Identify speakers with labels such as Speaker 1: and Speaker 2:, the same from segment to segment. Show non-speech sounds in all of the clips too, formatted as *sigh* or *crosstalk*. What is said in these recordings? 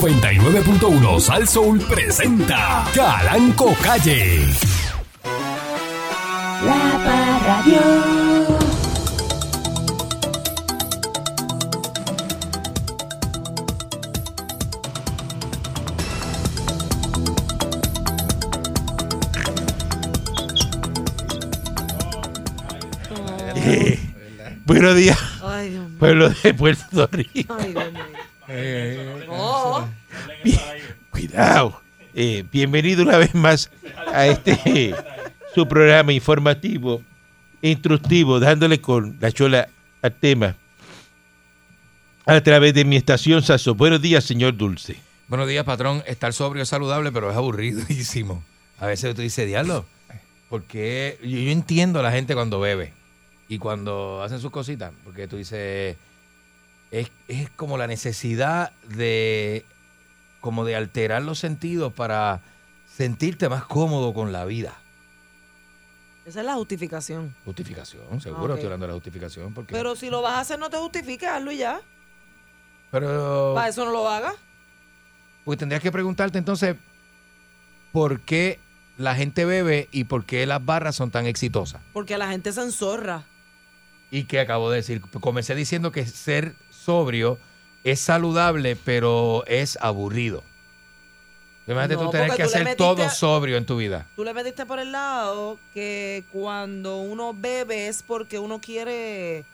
Speaker 1: 99.1 Sal Soul presenta Calanco Calle.
Speaker 2: La Parradio.
Speaker 3: Eh, *laughs* Buenos días,
Speaker 4: Ay, Dios mío.
Speaker 3: pueblo de Puerto
Speaker 4: *laughs*
Speaker 3: Rico.
Speaker 4: Ay, Dios mío.
Speaker 3: Cuidado. Eh, bienvenido una vez más a este *laughs* su programa informativo, instructivo, dándole con la chola al tema a través de mi estación Sasso. Buenos días, señor Dulce.
Speaker 5: Buenos días, patrón. Estar sobrio es saludable, pero es aburridísimo. A veces tú dices, diablo, porque yo, yo entiendo a la gente cuando bebe y cuando hacen sus cositas, porque tú dices, es, es como la necesidad de, como de alterar los sentidos para sentirte más cómodo con la vida.
Speaker 4: Esa es la justificación.
Speaker 5: Justificación, seguro,
Speaker 4: ok.
Speaker 5: estoy hablando de la justificación. Porque,
Speaker 4: Pero si lo vas a hacer, no te justifiques, hazlo y ya.
Speaker 5: pero
Speaker 4: Para eso no lo hagas.
Speaker 5: Pues tendrías que preguntarte entonces por qué la gente bebe y por qué las barras son tan exitosas.
Speaker 4: Porque la gente se enzorra.
Speaker 5: Y que acabo de decir, comencé diciendo que ser sobrio es saludable, pero es aburrido. Imagínate
Speaker 4: No,
Speaker 5: tú tener
Speaker 4: porque
Speaker 5: que
Speaker 4: tú le
Speaker 5: hacer
Speaker 4: metiste
Speaker 5: todo
Speaker 4: a-
Speaker 5: sobrio en tu vida.
Speaker 4: Tú le metiste por el lado que cuando uno bebe es porque uno quiere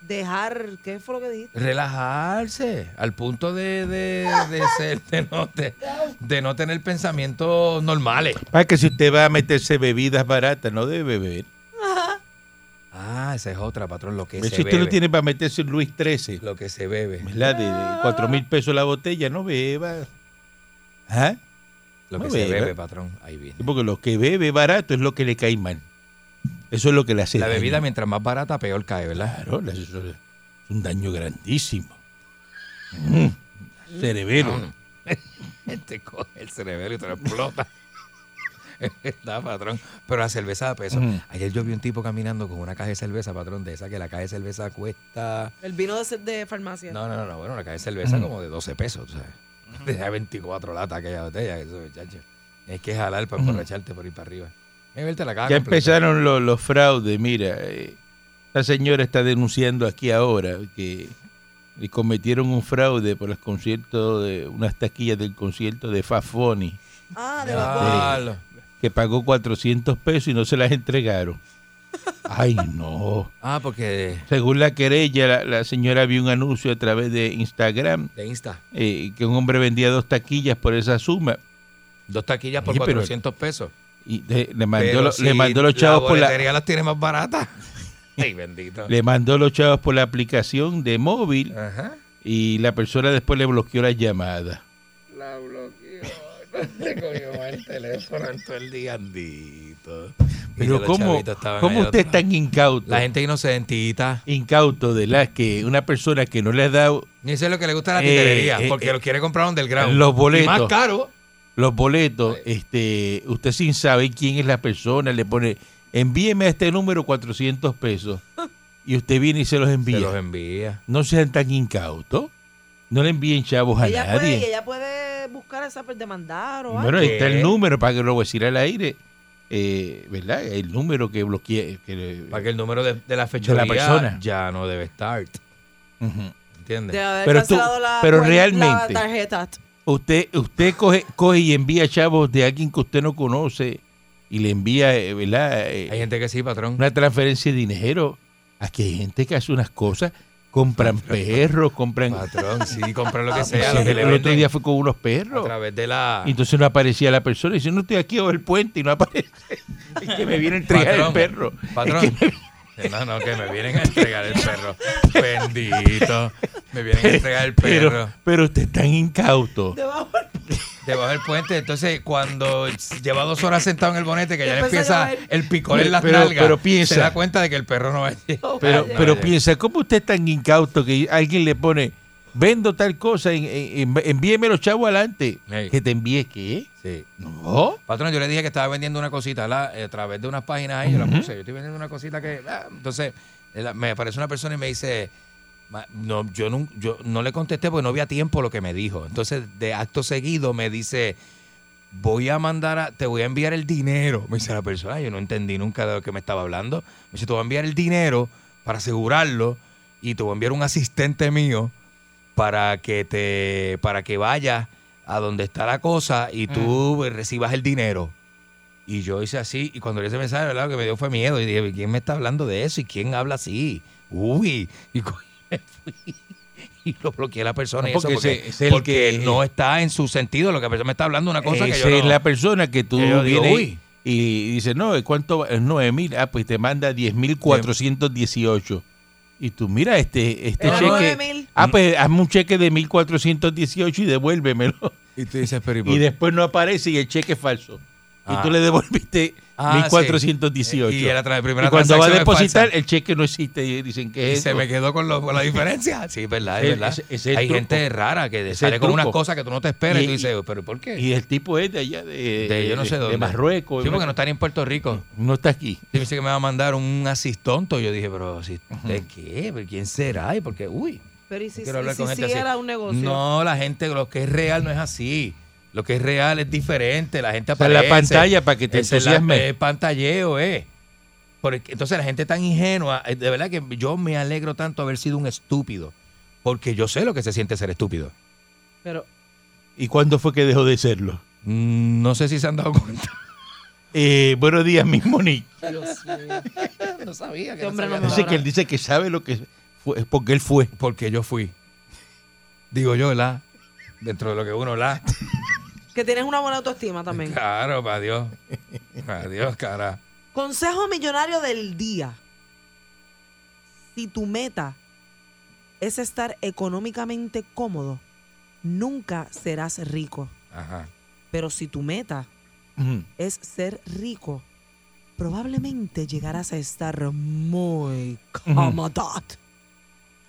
Speaker 4: dejar. ¿Qué fue lo que dijiste?
Speaker 5: Relajarse al punto de, de,
Speaker 4: *laughs*
Speaker 5: de ser, de no, te- de no tener pensamientos normales.
Speaker 3: Para Ah, que si usted va a meterse bebidas baratas, no debe beber.
Speaker 5: Ah, esa es otra, patrón, lo que
Speaker 3: Pues si
Speaker 5: se
Speaker 3: usted
Speaker 5: bebe.
Speaker 3: no tiene para meterse un Luis XIII,
Speaker 5: Lo que se bebe.
Speaker 3: ¿verdad? De- De cuatro mil pesos la botella, no beba. ¿Ah?
Speaker 5: Lo
Speaker 3: No
Speaker 5: que se
Speaker 3: beba.
Speaker 5: bebe, patrón. Ahí viene.
Speaker 3: Sí, Porque lo que bebe barato es lo que le cae mal. Eso es lo que le hace
Speaker 5: La
Speaker 3: daño.
Speaker 5: bebida, mientras más barata, peor cae, ¿verdad?
Speaker 3: Claro, le- eso es un daño grandísimo. Mm, Cerebelo.
Speaker 5: Mm. Te Este coge el cerebro y te lo explota. *laughs* Está, patrón. Pero la cerveza da peso.
Speaker 3: Mm.
Speaker 5: Ayer yo vi un tipo caminando con una caja de cerveza, patrón, de esa que la caja de cerveza cuesta.
Speaker 4: El vino de, ce- de farmacia.
Speaker 5: No, no, no, no, bueno, la caja de cerveza como de 12 pesos, ¿sabes? *laughs* Deja 24 latas aquella botella, eso, muchacho. Es que jalar para emborracharte por ir para arriba. Ven, verte la caja.
Speaker 3: Ya
Speaker 5: completa.
Speaker 3: empezaron los, los fraudes. Mira, eh, esta señora está denunciando aquí ahora que le cometieron un fraude por los conciertos, de, unas taquillas del concierto de Fafoni,
Speaker 4: Ah, de vacuna.
Speaker 5: Ya, lo-
Speaker 3: que pagó 400 pesos y no se las
Speaker 5: *laughs*
Speaker 3: entregaron. Ay, no.
Speaker 5: Ah, porque
Speaker 3: Según la querella, la, la señora vio un anuncio a través de Instagram
Speaker 5: de Insta.
Speaker 3: eh, que un hombre vendía dos taquillas por esa suma
Speaker 5: Dos taquillas por
Speaker 3: Sí, pero-
Speaker 5: 400 pesos.
Speaker 3: y de- le, mandó
Speaker 5: Pero
Speaker 3: lo- le
Speaker 5: si
Speaker 3: mandó los chavos
Speaker 5: la
Speaker 3: por la
Speaker 5: boletería las tiene
Speaker 3: *laughs*
Speaker 5: más baratas. Ay, bendito.
Speaker 3: le mandó los chavos por la aplicación de móvil
Speaker 5: Ajá.
Speaker 3: y la persona después le bloqueó la llamada.
Speaker 5: La bloqueó. No se cogió más el teléfono en todo el día, andito. Viste,
Speaker 3: Pero
Speaker 5: los
Speaker 3: cómo,
Speaker 5: chavitos estaban
Speaker 3: cómo
Speaker 5: ahí
Speaker 3: usted es
Speaker 5: otra-
Speaker 3: tan incauto,
Speaker 5: La gente inocentita.
Speaker 3: incauto de las que una persona que no le ha dado
Speaker 5: Ni sé lo que le gusta la
Speaker 3: Eh,
Speaker 5: titerería,
Speaker 3: eh,
Speaker 5: porque
Speaker 3: eh,
Speaker 5: lo quiere comprar underground.
Speaker 3: los
Speaker 5: Y más
Speaker 3: boletos.
Speaker 5: caro.
Speaker 3: los boletos, este, usted sin saber quién es la persona le pone envíeme a este número 400 pesos y usted viene y se los
Speaker 5: Ah. Se
Speaker 3: envía.
Speaker 5: los envía.
Speaker 3: No sean tan incautos. No le envíen chavos a
Speaker 4: Ella
Speaker 3: nadie.
Speaker 4: puede, ella puede buscar a esa per- demandar o algo.
Speaker 3: Bueno, ahí está
Speaker 5: ¿Qué?
Speaker 3: el número para que lo voy a decir al aire, eh, ¿verdad? El número que bloquea. que le-
Speaker 5: Para que el número de, de la fecha
Speaker 3: persona.
Speaker 5: ya no debe estar.
Speaker 3: Ujú.
Speaker 5: ¿Entiendes?
Speaker 4: De haber
Speaker 3: Pero tú-
Speaker 4: cancelado la,
Speaker 3: pero
Speaker 4: la
Speaker 3: realmente-
Speaker 4: tarjeta.
Speaker 3: Usted, usted coge, coge y envía chavos de alguien que usted no conoce y le envía, eh, ¿verdad? Eh,
Speaker 5: Hay gente que sí, patrón.
Speaker 3: una transferencia de dinero. Aquí hay gente que hace unas cosas, compran perros, compran.
Speaker 5: Patrón, sí, compra lo que
Speaker 3: Ah, Sí,
Speaker 5: sea, lo que le
Speaker 3: el otro
Speaker 5: venden
Speaker 3: día fue con unos
Speaker 5: a
Speaker 3: perros.
Speaker 5: través de la...
Speaker 3: Y Ah. entonces no aparecía la persona. Y dice, no estoy aquí o el puente y no aparece. *laughs* Es que me viene a entregar el
Speaker 5: Patrón,
Speaker 3: perro.
Speaker 5: Patrón. No, no, que me vienen a entregar
Speaker 3: *laughs*
Speaker 5: el perro. Bendito. Me vienen a entregar el
Speaker 3: Pero,
Speaker 5: perro.
Speaker 3: pero usted es tan incauto.
Speaker 4: Debajo
Speaker 5: Debajo del puente. Entonces, cuando lleva dos horas sentado en el bonete, que ya le
Speaker 4: Empieza a
Speaker 5: empieza
Speaker 4: llover.
Speaker 5: el picor en las
Speaker 3: Pero-
Speaker 5: nalgas,
Speaker 3: pero piensa.
Speaker 5: se da cuenta de que el perro no va a llegar.
Speaker 3: Eh, Pero,
Speaker 5: No,
Speaker 3: pero
Speaker 5: no,
Speaker 3: piensa, ¿cómo usted es tan incauto que alguien le pone, vendo tal cosa, en- en- en- envíeme los chavos adelante?
Speaker 5: Ey.
Speaker 3: ¿Que te envíe qué?
Speaker 5: Sí.
Speaker 3: No.
Speaker 5: Patrón, yo le dije que estaba vendiendo una cosita la- eh, a través de unas páginas ahí, yo la puse, yo estoy vendiendo una cosita que... ah, entonces, eh, la- me aparece una persona y me dice, Ma- No, yo, no, yo no le contesté porque no había tiempo lo que me dijo. Entonces, de acto seguido me dice, voy a mandar, a- te voy a enviar el dinero. Me dice la persona, yo no entendí nunca de lo que me estaba hablando. Me dice, te voy a enviar el dinero para asegurarlo y te voy a enviar un asistente mío para que te, para que vayas a donde está la cosa y tú
Speaker 3: Mm.
Speaker 5: pues, recibas el dinero. Y yo hice así, y cuando leí ese mensaje, ¿verdad? lo que me dio fue miedo. Y dije, ¿quién me está hablando de eso? ¿Y quién habla así? Uy, y *laughs* co- me fui. Y lo bloqueé a la persona. y
Speaker 3: No,
Speaker 5: eso
Speaker 3: porque
Speaker 5: porque
Speaker 3: ese es el
Speaker 5: porque
Speaker 3: que-
Speaker 5: no está en su sentido. Lo que la persona me está hablando una cosa que
Speaker 3: Esa
Speaker 5: yo no...
Speaker 3: es la persona que tú
Speaker 5: que yo digo,
Speaker 3: vienes
Speaker 5: uy.
Speaker 3: y dices, no, eh, ¿cuánto? va? Es 9 mil. Ah, pues te manda 10.418. Y tú, mira, este, este
Speaker 4: Era
Speaker 3: cheque.
Speaker 4: 9.000.
Speaker 5: Mm.
Speaker 3: Ah, pues hazme un cheque de 1.418 y
Speaker 5: *laughs*
Speaker 3: devuélvemelo.
Speaker 5: Y tú dices, pero...
Speaker 3: Y después no aparece y el cheque es falso.
Speaker 5: Ah.
Speaker 3: Y tú le devolviste
Speaker 5: Ah,
Speaker 3: 1.418.
Speaker 5: sí. Y era la primera
Speaker 3: Y cuando va a
Speaker 5: transacción es
Speaker 3: depositar,
Speaker 5: falsa.
Speaker 3: el cheque no existe. Y dicen que
Speaker 5: Y
Speaker 3: es
Speaker 5: se
Speaker 3: eso?
Speaker 5: me quedó con, lo- con la diferencia. *laughs* Sí, es verdad, es
Speaker 3: Ese-
Speaker 5: verdad.
Speaker 3: ese- ese es el
Speaker 5: Hay
Speaker 3: truco.
Speaker 5: gente rara que
Speaker 3: Ese es
Speaker 5: sale
Speaker 3: el
Speaker 5: con unas
Speaker 3: truco.
Speaker 5: cosas que tú no te esperas y,
Speaker 3: Y-
Speaker 5: tú dices, pero ¿por qué?
Speaker 3: Y el tipo es de allá, de,
Speaker 5: de yo no sé
Speaker 3: de
Speaker 5: dónde.
Speaker 3: Marruecos.
Speaker 5: Sí, porque no está ni en Puerto Rico.
Speaker 3: no está aquí.
Speaker 5: Y me dice que me va a mandar un asistonto. Yo dije, pero si, ¿de qué? ¿Pero ¿Quién será? ¿Y por qué? Uy,
Speaker 4: Pero y si,
Speaker 5: quiero hablar
Speaker 4: si
Speaker 5: con gente así.
Speaker 4: era un negocio.
Speaker 5: No, la gente, lo que es real no es así. Lo que es real es diferente. La gente
Speaker 3: O sea, la
Speaker 5: aparece.
Speaker 3: pantalla para que te
Speaker 5: Esa es la-
Speaker 3: entusiasmes.
Speaker 5: Es pantalleo, eh. Porque, entonces la gente es tan ingenua, eh, de verdad que yo me alegro tanto de haber sido un estúpido, porque yo sé lo que se siente ser estúpido.
Speaker 4: Pero
Speaker 3: ¿Y cuándo fue que dejó de serlo?
Speaker 5: Mm, No sé si se han dado *laughs* cuenta.
Speaker 3: Eh, buenos días, mi Monique.
Speaker 5: *laughs* no sabía
Speaker 4: Este hombre no me va a
Speaker 3: Dice que él dice que sabe lo que fue, porque él fue.
Speaker 5: Porque yo fui. Digo yo, la Dentro de lo que uno la
Speaker 4: que tienes una buena autoestima también.
Speaker 5: Claro, para Dios. Adiós, cara.
Speaker 4: Consejo millonario del día. Si tu meta es estar económicamente cómodo, nunca serás rico.
Speaker 5: Ajá.
Speaker 4: Pero si tu meta
Speaker 3: Mm.
Speaker 4: es ser rico, probablemente llegarás a estar muy cómodo.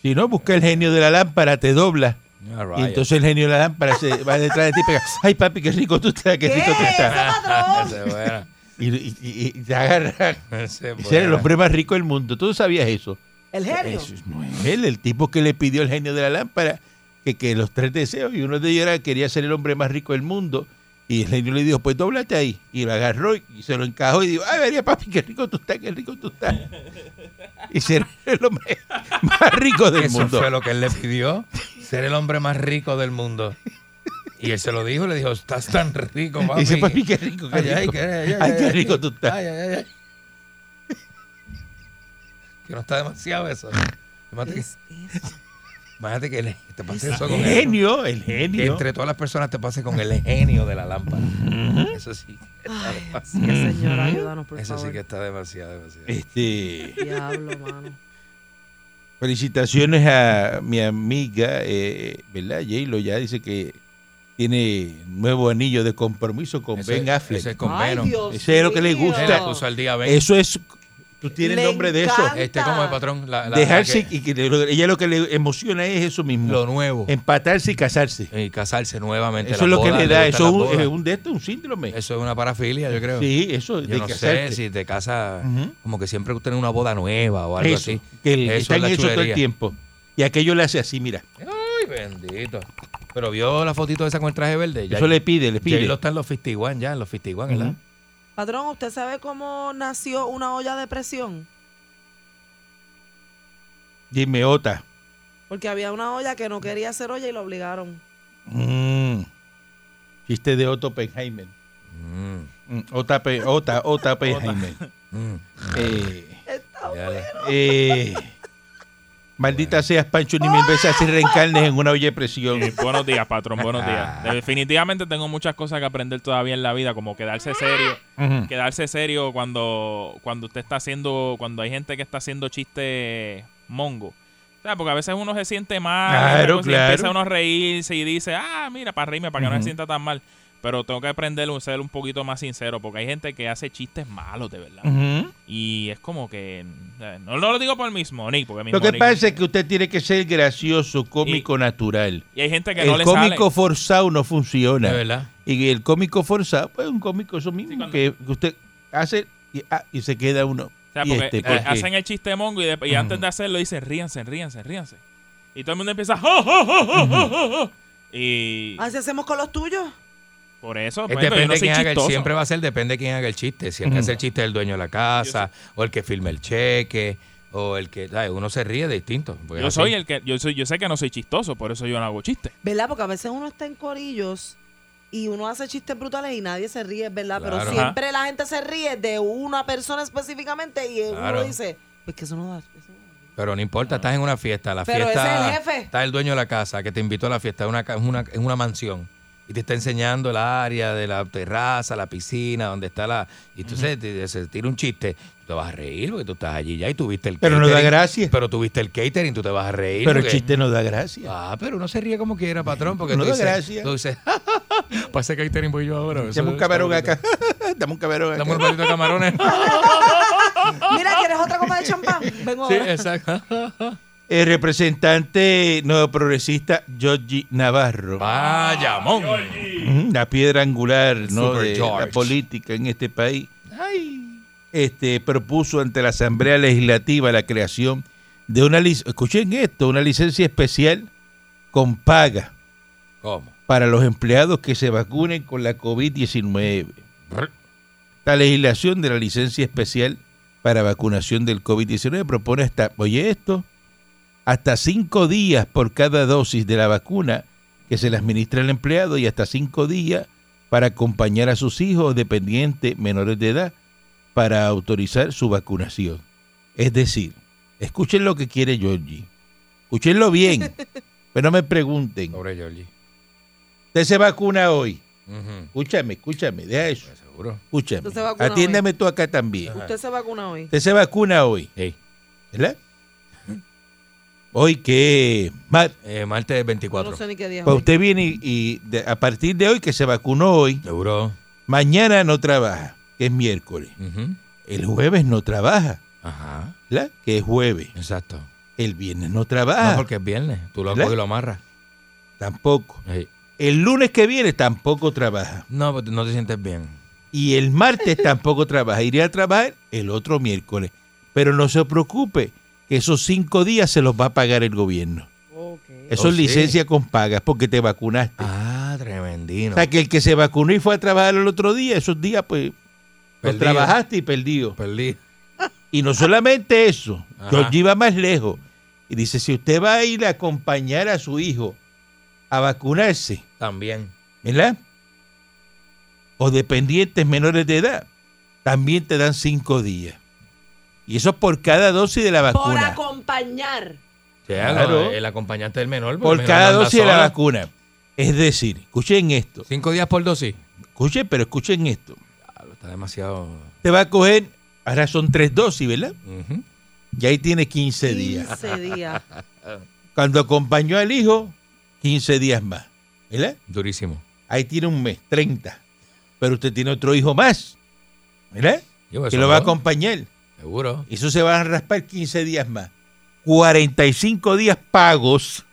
Speaker 3: Si no, busca el genio de la lámpara, te dobla.
Speaker 5: All
Speaker 3: Y
Speaker 5: right. *laughs*
Speaker 3: entonces el genio de la lámpara se va detrás de ti y pega, ay papi, qué rico tú estás, qué, rico tú estás.
Speaker 5: Ese es *laughs* bueno.
Speaker 3: Y, y- y- y te agarra.
Speaker 5: Ese es
Speaker 3: Y ser el
Speaker 5: bueno.
Speaker 3: hombre más rico del mundo. ¿Tú sabías eso?
Speaker 4: El genio.
Speaker 3: Eso es- no es él, el tipo que le pidió al genio de la lámpara que, que los tres deseos, y uno de ellos era que quería ser el hombre más rico del mundo. Y el genio le dijo, pues doblate ahí. Y lo agarró y se lo encajó y dijo, ay, María papi, qué rico tú estás, qué rico tú estás. Y ser el hombre más rico del
Speaker 5: Eso
Speaker 3: mundo.
Speaker 5: fue lo que él le pidió, ser el hombre más rico del mundo. Y él se lo dijo, le dijo, estás tan rico, papi.
Speaker 3: Y dice, papi, qué rico, qué
Speaker 5: Ay, ay,
Speaker 3: rico.
Speaker 5: qué- ay, ay,
Speaker 3: Ay, qué
Speaker 5: ay,
Speaker 3: rico tú estás.
Speaker 5: Ay, ay, ay. Que no está demasiado eso.
Speaker 4: ¿Qué
Speaker 5: Imagínate que,
Speaker 4: es eso?
Speaker 5: imagínate que le- te pase eso con
Speaker 3: El
Speaker 5: él.
Speaker 3: genio, el
Speaker 5: Que
Speaker 3: genio.
Speaker 5: entre todas las personas te pase con el genio de la lámpara. Eso sí. que está
Speaker 4: Ay,
Speaker 5: demasiado.
Speaker 4: así que, señor, ayúdanos, por
Speaker 5: Eso
Speaker 4: favor.
Speaker 5: sí que está demasiado, demasiado.
Speaker 3: Este,
Speaker 4: Diablo, mano.
Speaker 3: felicitaciones a mi amiga, eh, ¿verdad? J-Lo ya dice que tiene nuevo anillo de compromiso con
Speaker 5: Eso
Speaker 3: Ben
Speaker 5: es-
Speaker 3: Affleck.
Speaker 5: Eso es con
Speaker 4: Ay,
Speaker 5: Venom.
Speaker 4: Dios
Speaker 3: Ese es lo que le
Speaker 4: mío.
Speaker 3: gusta.
Speaker 5: Él la puso al día Ben.
Speaker 3: Eso es. Tú tienes
Speaker 4: Le
Speaker 3: nombre de eso.
Speaker 4: encanta.
Speaker 5: Este, como el patrón? La- la- la
Speaker 3: Dejarse
Speaker 5: que-
Speaker 3: y que lo- ella lo que le emociona es eso mismo.
Speaker 5: lo nuevo.
Speaker 3: Empatarse y casarse.
Speaker 5: y casarse nuevamente.
Speaker 3: Eso es
Speaker 5: las
Speaker 3: lo que
Speaker 5: bodas,
Speaker 3: le da.
Speaker 5: gustan
Speaker 3: Eso es
Speaker 5: las
Speaker 3: un,
Speaker 5: bodas.
Speaker 3: es un de esto, un síndrome.
Speaker 5: Eso es una parafilia, yo creo.
Speaker 3: Sí, eso
Speaker 5: yo
Speaker 3: de
Speaker 5: no
Speaker 3: casarse.
Speaker 5: sé si te casas,
Speaker 3: Ujú.
Speaker 5: como que siempre tener una boda nueva o algo
Speaker 3: Eso,
Speaker 5: así.
Speaker 3: que el-
Speaker 5: Eso
Speaker 3: está
Speaker 5: es
Speaker 3: en
Speaker 5: la
Speaker 3: eso todo el
Speaker 5: chulería.
Speaker 3: tiempo. Y aquello le hace así, mira.
Speaker 5: Ay, bendito. Pero vio la fotito esa con el traje verde.
Speaker 3: eso le pide, le pide.
Speaker 5: lo está en los 51 ya, en los 51, ¿verdad?
Speaker 3: Ujú.
Speaker 4: Patrón, ¿usted sabe cómo nació una olla de presión?
Speaker 3: Dime, Ota.
Speaker 4: Porque había una olla que no quería hacer olla y lo obligaron.
Speaker 3: Mm. Chiste de Otto Oppenheimer.
Speaker 5: Mm,
Speaker 3: Mm, Ota, Pe- Ota, Ota Oppenheimer.
Speaker 5: mm.
Speaker 3: Eh,
Speaker 5: Ya le-
Speaker 3: eh, maldita seas, Pancho, ni mil veces así reencarnes en una olla de presión.
Speaker 2: Eh, buenos días, patrón, buenos días.
Speaker 3: Ah.
Speaker 2: Definitivamente tengo muchas cosas que aprender todavía en la vida, como quedarse serio,
Speaker 3: Ujú.
Speaker 2: quedarse serio cuando, cuando usted está haciendo, cuando hay gente que está haciendo chistes mongo. O sea, porque a veces uno se siente mal,
Speaker 3: Claro,
Speaker 2: una cosa, y
Speaker 3: claro.
Speaker 2: empieza uno a reírse y dice, ah, mira, para reírme, para que no
Speaker 3: Ujú.
Speaker 2: se sienta tan mal. Pero tengo que aprender a ser un poquito más sincero, porque hay gente que hace chistes malos, de verdad.
Speaker 3: Ujú.
Speaker 2: Y es como que... eh, No, no lo digo por mismo, Nick, porque
Speaker 3: Lo
Speaker 2: mismo
Speaker 3: que
Speaker 2: Nick-
Speaker 3: pasa es que usted tiene que ser gracioso, cómico natural.
Speaker 2: Y hay gente que no
Speaker 3: El
Speaker 2: le sale.
Speaker 3: cómico forzado no
Speaker 5: de
Speaker 3: funciona.
Speaker 5: verdad.
Speaker 3: Y el cómico forzado, pues un cómico eso mismo,
Speaker 2: cuando-
Speaker 3: que que usted hace y, ah, y se queda uno.
Speaker 2: O sea,
Speaker 3: ¿Y
Speaker 2: porque
Speaker 3: este
Speaker 2: eh,
Speaker 3: por qué?
Speaker 2: hacen el chiste mongo y, de- y antes
Speaker 5: Ujú.
Speaker 2: de hacerlo dicen ríanse, ríanse, ríanse. Y todo el mundo empieza. "Jo, jo, jo, jo, jo, jo, jo". Y
Speaker 4: Así hacemos con los tuyos.
Speaker 2: por eso,
Speaker 5: Es
Speaker 2: pues, yo
Speaker 5: depende
Speaker 2: no
Speaker 5: de
Speaker 2: soy
Speaker 5: quién Este haga el,
Speaker 2: chistoso.
Speaker 5: siempre va a ser depende de quién haga el chiste. Si el que hace el chiste es el dueño de la casa, o el que firma el cheque, o el que. ¿sabes? Uno se ríe de distinto. porque
Speaker 2: Yo
Speaker 5: es
Speaker 2: soy
Speaker 5: así.
Speaker 2: el que. Yo, soy, yo sé que no soy chistoso, por eso yo no hago chistes.
Speaker 4: ¿Verdad? Porque a veces uno está en corillos y uno hace chistes brutales y nadie se ríe, ¿verdad?
Speaker 5: Claro.
Speaker 4: Pero siempre la gente se ríe de una persona específicamente y
Speaker 5: Claro.
Speaker 4: uno dice, pues que eso no da. eso no da.
Speaker 5: Pero no importa, estás en una fiesta. La
Speaker 4: Pero
Speaker 5: fiesta.
Speaker 4: ese es el jefe.
Speaker 5: Está el dueño de la casa que te invitó a la fiesta. Es una, ca- es una, es una mansión. Y te está enseñando el área de la terraza, la piscina, donde está la. Y entonces te- se tira un chiste. Tú te vas a reír porque tú estás allí ya y tuviste el
Speaker 3: Eh, Pero no da
Speaker 5: catering.
Speaker 3: gracia.
Speaker 5: Pero tuviste el catering, tú te vas a reír.
Speaker 3: Pero el
Speaker 5: porque-
Speaker 3: chiste no da gracia.
Speaker 5: Ah, pero uno se ríe como quiera, patrón, porque
Speaker 3: No
Speaker 5: tú
Speaker 3: da
Speaker 5: dices,
Speaker 3: gracia.
Speaker 5: tú dices, *laughs* "Ja, ja, ja, pase catering voy yo ahora. Eso
Speaker 3: Dame un
Speaker 5: es-
Speaker 3: camarón acá. *laughs* Dame un camarón
Speaker 5: Dame
Speaker 3: acá.
Speaker 5: un palito
Speaker 3: *laughs*
Speaker 5: de camarones.
Speaker 4: Mira, ¿quieres otra copa de champán? Vengo
Speaker 5: sí,
Speaker 4: ahora.
Speaker 3: eh.
Speaker 5: exacto. *laughs*
Speaker 3: El Eh, representante no progresista Georgie Navarro.
Speaker 5: Vaya, mon.
Speaker 3: Ujú, La piedra angular ¿no?
Speaker 5: Super
Speaker 3: de la
Speaker 5: George.
Speaker 3: política en este país. Este propuso ante la Asamblea Legislativa la creación de una lic- escuchen esto, una licencia especial con paga
Speaker 5: ¿Cómo?
Speaker 3: para los empleados que se vacunen con la COVID-19. La legislación de la licencia especial para vacunación del COVID-19 propone hasta, oye esto, hasta cinco días por cada dosis de la vacuna que se le administra al empleado y hasta cinco días para acompañar a sus hijos o dependientes menores de edad para autorizar su vacunación. Es decir, escuchen lo que quiere Georgie. Escúchenlo bien, pero no me pregunten.
Speaker 5: Pobre Georgie.
Speaker 3: Usted se vacuna hoy.
Speaker 5: Ujú,
Speaker 3: Escúchame, escúchame, deja eso.
Speaker 5: pues seguro.
Speaker 3: Escúchame.
Speaker 4: Usted se vacuna
Speaker 3: Atiéndame tú acá también.
Speaker 4: Usted se vacuna hoy.
Speaker 3: Usted se vacuna hoy,
Speaker 5: Ey,
Speaker 3: ¿verdad? Hoy que mar-
Speaker 5: eh, martes
Speaker 4: Yo
Speaker 5: 24.
Speaker 4: No sé ni qué día es
Speaker 3: pues
Speaker 4: hoy.
Speaker 3: usted viene y, y de- a partir de hoy que se vacunó hoy,
Speaker 5: Seguro.
Speaker 3: mañana no trabaja, que es miércoles.
Speaker 5: Ujú.
Speaker 3: El jueves no trabaja,
Speaker 5: Ajá,
Speaker 3: ¿verdad? Que es jueves.
Speaker 5: exacto.
Speaker 3: El viernes no trabaja,
Speaker 5: No, porque es viernes. Tú lo
Speaker 3: Ah. ¿Verdad?
Speaker 5: coges y lo amarras.
Speaker 3: tampoco.
Speaker 5: Ey.
Speaker 3: El lunes que viene tampoco trabaja.
Speaker 5: No, pues no te sientes bien.
Speaker 3: y el martes *laughs* tampoco trabaja. Iría a trabajar el otro miércoles. Pero no se preocupe, que esos cinco días se los va a pagar el gobierno.
Speaker 4: Ok.
Speaker 3: Eso
Speaker 5: Oh,
Speaker 3: es
Speaker 5: sí.
Speaker 3: licencia con pagas porque te vacunaste.
Speaker 5: Ah, tremendino.
Speaker 3: O sea, que el que se vacunó y fue a trabajar el otro día, esos días pues los
Speaker 5: Perdido.
Speaker 3: trabajaste y perdido.
Speaker 5: Perdí.
Speaker 3: Y no solamente eso,
Speaker 5: Ajá.
Speaker 3: yo iba más lejos. Y dice, si usted va a ir a acompañar a su hijo a vacunarse,
Speaker 5: También.
Speaker 3: ¿verdad? O dependientes menores de edad, también te dan cinco días. Y eso por cada dosis de la
Speaker 4: Por
Speaker 3: vacuna.
Speaker 4: acompañar.
Speaker 5: Ya, lo-
Speaker 3: Claro.
Speaker 5: eh, el acompañante del menor. porque
Speaker 3: Por
Speaker 5: el menor
Speaker 3: cada
Speaker 5: anda
Speaker 3: dosis de la
Speaker 5: solo.
Speaker 3: vacuna. Es decir, escuchen esto.
Speaker 5: Cinco días por dosis.
Speaker 3: Escuchen, pero escuchen esto.
Speaker 5: Claro, Está demasiado.
Speaker 3: Te va a coger, ahora son tres dosis, ¿verdad?
Speaker 5: Ujú.
Speaker 3: Y ahí tiene 15 días.
Speaker 4: 15
Speaker 3: *laughs*
Speaker 4: días.
Speaker 3: Cuando acompañó al hijo, 15 días más. ¿Verdad?
Speaker 5: Durísimo.
Speaker 3: Ahí tiene un mes, 30. Pero usted tiene otro hijo más. ¿Verdad?
Speaker 5: Yo, eso
Speaker 3: Que lo va a
Speaker 5: no,
Speaker 3: acompañar.
Speaker 5: Seguro.
Speaker 3: Eso se va a raspar 15 días más. 45 días pagos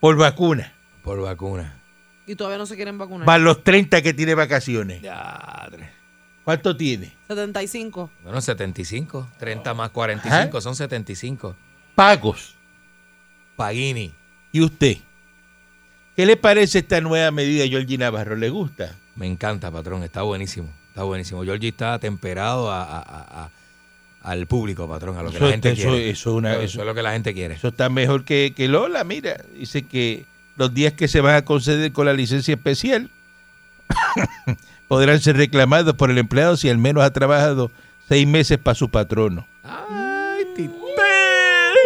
Speaker 3: por vacuna.
Speaker 5: Por vacuna.
Speaker 4: Y todavía no se quieren vacunar.
Speaker 3: Más los 30 que tiene vacaciones.
Speaker 5: Diadre.
Speaker 3: ¿Cuánto tiene?
Speaker 4: 75.
Speaker 5: Bueno, 75. 30 más 45 son 75.
Speaker 3: Pagos.
Speaker 5: Pagini.
Speaker 3: ¿Y usted? ¿Qué le parece esta nueva medida, Georgie Navarro? ¿Le gusta?
Speaker 5: Me encanta, patrón. Está buenísimo. Está buenísimo. Georgie está temperado a, a- a- a- al público, patrón. A lo que
Speaker 3: Eso,
Speaker 5: la gente
Speaker 3: eso-
Speaker 5: quiere.
Speaker 3: eso es una-
Speaker 5: Eso-
Speaker 3: eso-
Speaker 5: eso es lo que la gente quiere.
Speaker 3: eso está mejor que, que Lola. Mira, dice que los días que se van a conceder con la licencia especial *coughs* podrán ser reclamados por el empleado si al menos ha trabajado seis meses para su patrono.
Speaker 5: Ay, tito.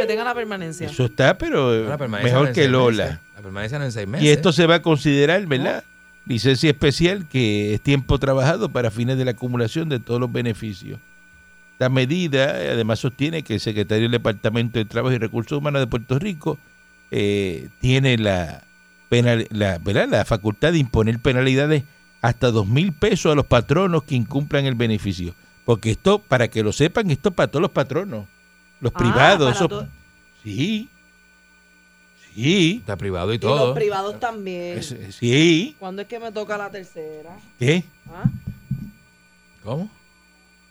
Speaker 4: Que tengan la permanencia.
Speaker 3: Eso está, pero
Speaker 5: La
Speaker 3: eh,
Speaker 5: permanencia no
Speaker 3: mejor
Speaker 5: en
Speaker 3: que
Speaker 5: seis
Speaker 3: Lola.
Speaker 5: meses. La permanencia no en seis meses.
Speaker 3: Y esto se va a
Speaker 4: Ah.
Speaker 3: considerar, ¿verdad? Licencia especial que es tiempo trabajado para fines de la acumulación de todos los beneficios. La medida eh, además sostiene que el secretario del Departamento de Trabajo y Recursos Humanos de Puerto Rico eh, tiene la, penal- la, ¿verdad? la facultad de imponer penalidades hasta dos mil pesos a los patronos que incumplan el beneficio. Porque esto, para que lo sepan, esto es para todos los patronos, los
Speaker 4: Ah,
Speaker 3: privados,
Speaker 4: para
Speaker 3: eso-
Speaker 4: to-
Speaker 3: sí, sí,
Speaker 5: Está privado y
Speaker 4: Y los
Speaker 5: todo.
Speaker 4: privados también.
Speaker 3: es- sí,
Speaker 4: ¿Ah? ¿Cuándo es que me toca la tercera?
Speaker 3: ¿qué?
Speaker 4: ¿Ah?
Speaker 5: ¿Cómo?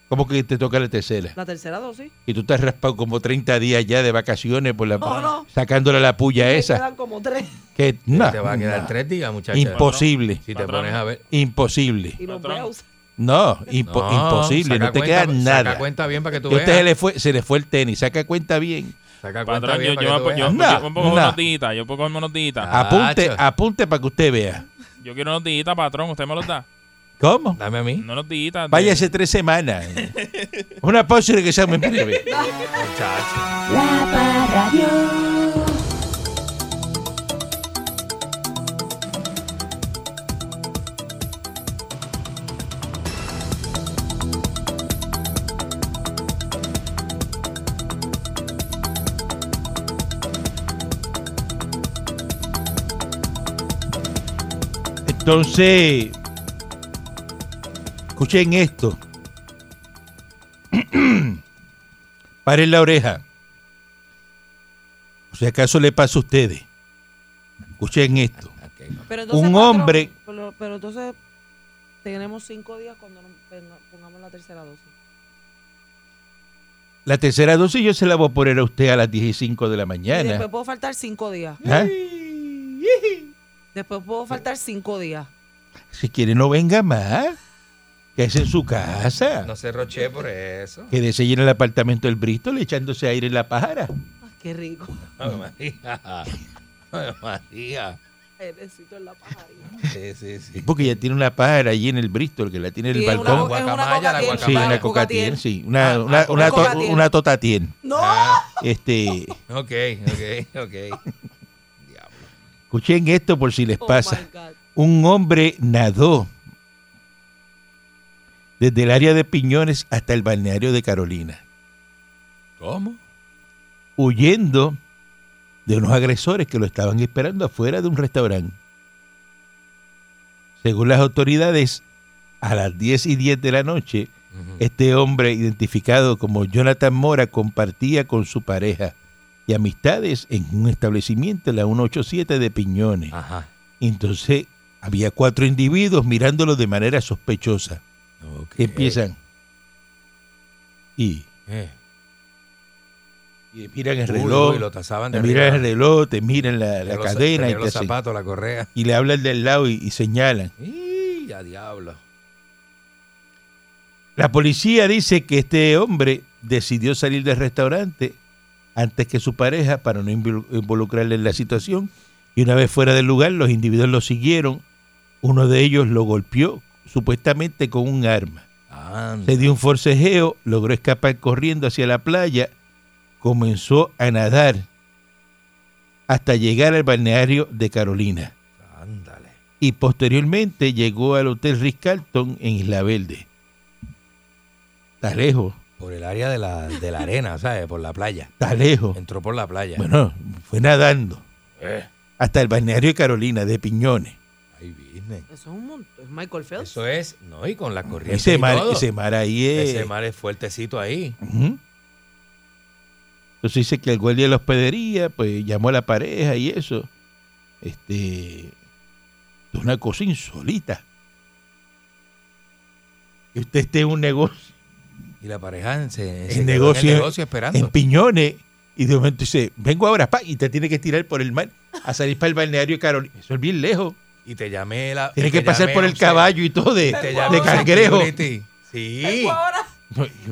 Speaker 3: ¿Cómo que te toca la tercera?
Speaker 4: La tercera dosis.
Speaker 3: Y tú estás raspado como 30 días ya de vacaciones por la
Speaker 4: No, no.
Speaker 3: sacándole la puya
Speaker 4: Me
Speaker 3: esa.
Speaker 4: Quedan como tres.
Speaker 3: Que no,
Speaker 5: te va a quedar
Speaker 3: no.
Speaker 5: tres días, muchacha.
Speaker 3: Imposible,
Speaker 5: Si te
Speaker 2: Patrón.
Speaker 5: pones a ver.
Speaker 3: imposible.
Speaker 4: Y los
Speaker 2: Patrón.
Speaker 4: voy a usar.
Speaker 3: No, impo-
Speaker 5: No,
Speaker 3: imposible,
Speaker 5: saca
Speaker 3: no te
Speaker 5: cuenta,
Speaker 3: queda nada.
Speaker 5: Saca cuenta bien para que tú
Speaker 3: Que a
Speaker 5: veas.
Speaker 3: usted se le, fue, se le fue el tenis, saca cuenta bien.
Speaker 5: Saca cuenta
Speaker 2: Patrón, yo,
Speaker 5: bien
Speaker 2: yo,
Speaker 5: para que tú
Speaker 2: yo, yo,
Speaker 5: veas.
Speaker 3: No,
Speaker 2: yo me puedo coger
Speaker 3: no.
Speaker 2: unos días, yo puedo cogerme unos días.
Speaker 5: Ah.
Speaker 3: apunte,
Speaker 5: chaval.
Speaker 3: apunte para que usted vea.
Speaker 2: Yo quiero unos días, patrón, usted me los da.
Speaker 3: ¿Cómo?
Speaker 5: Dame a mí.
Speaker 2: No unos días. de-
Speaker 3: Váyase
Speaker 4: *laughs*
Speaker 3: tres semanas. Una pausa y regresamos en breve.
Speaker 5: Muchacho.
Speaker 6: La Parradio.
Speaker 3: Entonces, escuchen esto. *clears throat* Paren la oreja. O si acaso le pasa a ustedes. Escuchen esto.
Speaker 4: Pero entonces,
Speaker 3: Un
Speaker 4: patrón,
Speaker 3: hombre-
Speaker 4: Pero, pero entonces tenemos cinco días cuando nos ponga- pongamos la tercera dosis.
Speaker 3: La tercera dosis yo se la voy a poner a usted a las 10 y cinco de la
Speaker 4: Y
Speaker 3: mañana.
Speaker 4: después puedo faltar cinco días.
Speaker 3: ¿Ah?
Speaker 4: Después puedo faltar cinco días.
Speaker 3: Si quiere no venga más. Que es en su casa.
Speaker 5: No se roche por
Speaker 3: *laughs*
Speaker 5: eso.
Speaker 3: Que desee en el apartamento del Bristol echándose aire en la pájara.
Speaker 4: Ay, qué rico. *laughs*
Speaker 5: Ave María. *laughs* Ave María.
Speaker 4: Airecito en la pajarita.
Speaker 5: Sí, sí, sí.
Speaker 3: Porque ella tiene una pájara allí en el Bristol, que la tiene en el
Speaker 4: Y es
Speaker 3: balcón.
Speaker 4: una- es una
Speaker 5: Guacamaya, la
Speaker 4: coca
Speaker 5: guacamaya.
Speaker 3: Sí,
Speaker 5: Capaz,
Speaker 3: una
Speaker 5: coca
Speaker 3: cocatiel, sí. Una,
Speaker 5: Ah,
Speaker 3: una,
Speaker 5: ah,
Speaker 3: una,
Speaker 4: coca
Speaker 3: to-
Speaker 4: tiel.
Speaker 3: una totatiel.
Speaker 4: ¡No!
Speaker 5: Ah,
Speaker 3: Este,
Speaker 5: ok, ok, *laughs* ok. Diablo.
Speaker 3: escuchen esto por si les
Speaker 4: Oh,
Speaker 3: pasa.
Speaker 4: my God.
Speaker 3: Un hombre nadó desde el área de Piñones hasta el balneario de Carolina,
Speaker 5: ¿Cómo?
Speaker 3: huyendo de unos agresores que lo estaban esperando afuera de un restaurante. Según las autoridades, a las 10 y 10 de la noche, Este hombre, identificado como Jonathan Mora, compartía con su pareja y amistades en un establecimiento en la 187 de Piñones.
Speaker 5: Ajá.
Speaker 3: Entonces, había cuatro individuos mirándolo de manera sospechosa.
Speaker 5: Ok.
Speaker 3: Que empiezan. Y,
Speaker 5: Eh.
Speaker 3: y le miran el
Speaker 5: Uy,
Speaker 3: reloj,
Speaker 5: uy, lo tasaban de
Speaker 3: te miran el
Speaker 5: arriba.
Speaker 3: reloj, te miran la, la
Speaker 5: Tenía los-
Speaker 3: cadena
Speaker 5: tenía
Speaker 3: y, te
Speaker 5: los
Speaker 3: hacen-
Speaker 5: zapatos, la correa.
Speaker 3: y le hablan del lado y- y señalan.
Speaker 5: ¡Y a diablo!
Speaker 3: La policía dice que este hombre decidió salir del restaurante antes que su pareja para no invol- involucrarle en la situación. Y una vez fuera del lugar, los individuos lo siguieron. Uno de ellos lo golpeó, supuestamente con un arma.
Speaker 5: Anda.
Speaker 3: Se dio un forcejeo, logró escapar corriendo hacia la playa, comenzó a nadar hasta llegar al balneario de Carolina
Speaker 5: Ándale.
Speaker 3: y posteriormente llegó al Hotel Ritz-Carlton en Isla Verde. Está lejos,
Speaker 5: Por el área de la, de la arena, *laughs* ¿sabes? Por la playa.
Speaker 3: está lejos.
Speaker 5: Entró por la playa.
Speaker 3: Bueno, fue nadando
Speaker 5: Eh,
Speaker 3: hasta el balneario de Carolina, de Piñones.
Speaker 5: ahí viene.
Speaker 4: Eso es un montón. Es Michael Phelps.
Speaker 5: Eso es, no, y con la corriente.
Speaker 3: Ese
Speaker 5: y
Speaker 3: mar,
Speaker 5: todo.
Speaker 3: ese mar ahí es...
Speaker 5: Ese mar es fuertecito ahí.
Speaker 3: Ujú. Entonces dice que el guardia de la hospedería, pues llamó a la pareja y eso. Este. Es una cosa insólita. Que usted esté en un negocio,
Speaker 5: Y la pareja se, se
Speaker 3: El
Speaker 5: quedó
Speaker 3: negocio-
Speaker 5: en el negocio
Speaker 3: en
Speaker 5: esperando.
Speaker 3: piñones, y de momento dice, vengo ahora, pa, y te tiene que tirar por el mar a salir para el balneario de Carolina. Eso es bien lejos.
Speaker 5: Y te llamé la.
Speaker 3: Tiene
Speaker 5: y
Speaker 3: que
Speaker 5: te
Speaker 3: pasar
Speaker 5: llamé
Speaker 3: por
Speaker 5: a
Speaker 3: el
Speaker 5: un ser-
Speaker 3: caballo y todo de,
Speaker 5: y te
Speaker 3: de
Speaker 5: llamé a un
Speaker 3: cangrejo.
Speaker 5: security. Sí.
Speaker 4: Tengo ahora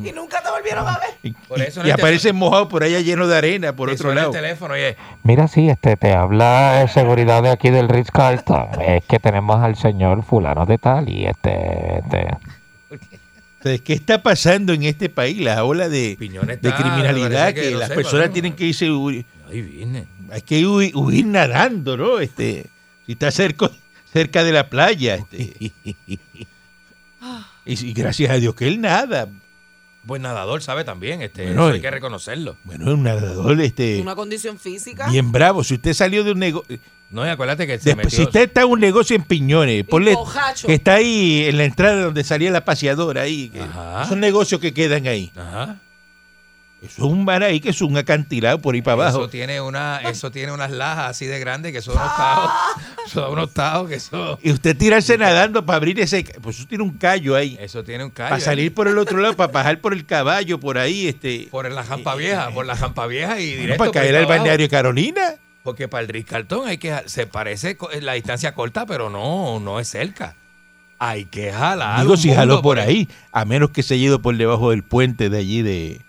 Speaker 4: y nunca te volvieron a ver.
Speaker 3: Y,
Speaker 5: *laughs* Por eso no
Speaker 3: y
Speaker 5: te-
Speaker 3: aparece mojado por allá lleno de arena, por
Speaker 5: Te
Speaker 3: otro
Speaker 5: suena
Speaker 3: lado.
Speaker 5: el teléfono, oye.
Speaker 7: Mira, sí, este, te habla eh, seguridad de aquí del Ritz Carlton. Es que tenemos al señor fulano de tal y este, este,
Speaker 3: Entonces, ¿qué está pasando en este país? La ola de,
Speaker 5: Piñones
Speaker 3: de
Speaker 5: está-
Speaker 3: criminalidad
Speaker 5: parece
Speaker 3: que,
Speaker 5: no
Speaker 3: las
Speaker 5: sé,
Speaker 3: personas
Speaker 5: parece-
Speaker 3: tienen que irse huir-
Speaker 5: Ahí viene.
Speaker 3: hay que hu- huir, nadando, ¿no? Este, si está cerca, cerca de la playa, este. y, y gracias a Dios que él nada.
Speaker 5: Buen Pues nadador, sabe también. Este,
Speaker 3: Bueno,
Speaker 5: eso
Speaker 3: y-
Speaker 5: hay que reconocerlo.
Speaker 3: Bueno, es un nadador este
Speaker 4: Una condición física.
Speaker 3: bien bravo. Si usted salió de un negocio,
Speaker 5: No, y acuérdate que se metió.
Speaker 3: si usted está en un negocio en Piñones, ponle
Speaker 4: bojacho.
Speaker 3: que está ahí en la entrada donde salía la paseadora ahí, que
Speaker 5: Ajá.
Speaker 3: son negocios que quedan ahí.
Speaker 5: Ajá.
Speaker 3: Eso es un mar ahí que es un acantilado por ahí para abajo.
Speaker 5: Eso tiene, una, eso tiene unas lajas así de grandes que son unos tajos.
Speaker 3: *laughs*
Speaker 5: Son unos tajos que son.
Speaker 3: Y usted tirarse nadando para abrir ese... ca- Pues eso tiene un callo ahí.
Speaker 5: Eso tiene un callo.
Speaker 3: Para salir por el otro lado, para bajar por el caballo, por ahí, este...
Speaker 5: Por la jampa vieja, por la jampa vieja y
Speaker 3: Bueno,
Speaker 5: directo.
Speaker 3: para
Speaker 5: por ahí
Speaker 3: caer al
Speaker 5: abajo.
Speaker 3: balneario de Carolina.
Speaker 5: Porque para el Ritz Carlton hay que. Se parece co- la distancia corta, pero no, no es cerca. Hay que jalar.
Speaker 3: Digo,
Speaker 5: un
Speaker 3: si
Speaker 5: mundo pues.
Speaker 3: jaló por ahí, a menos que se haya ido por debajo del puente de allí de...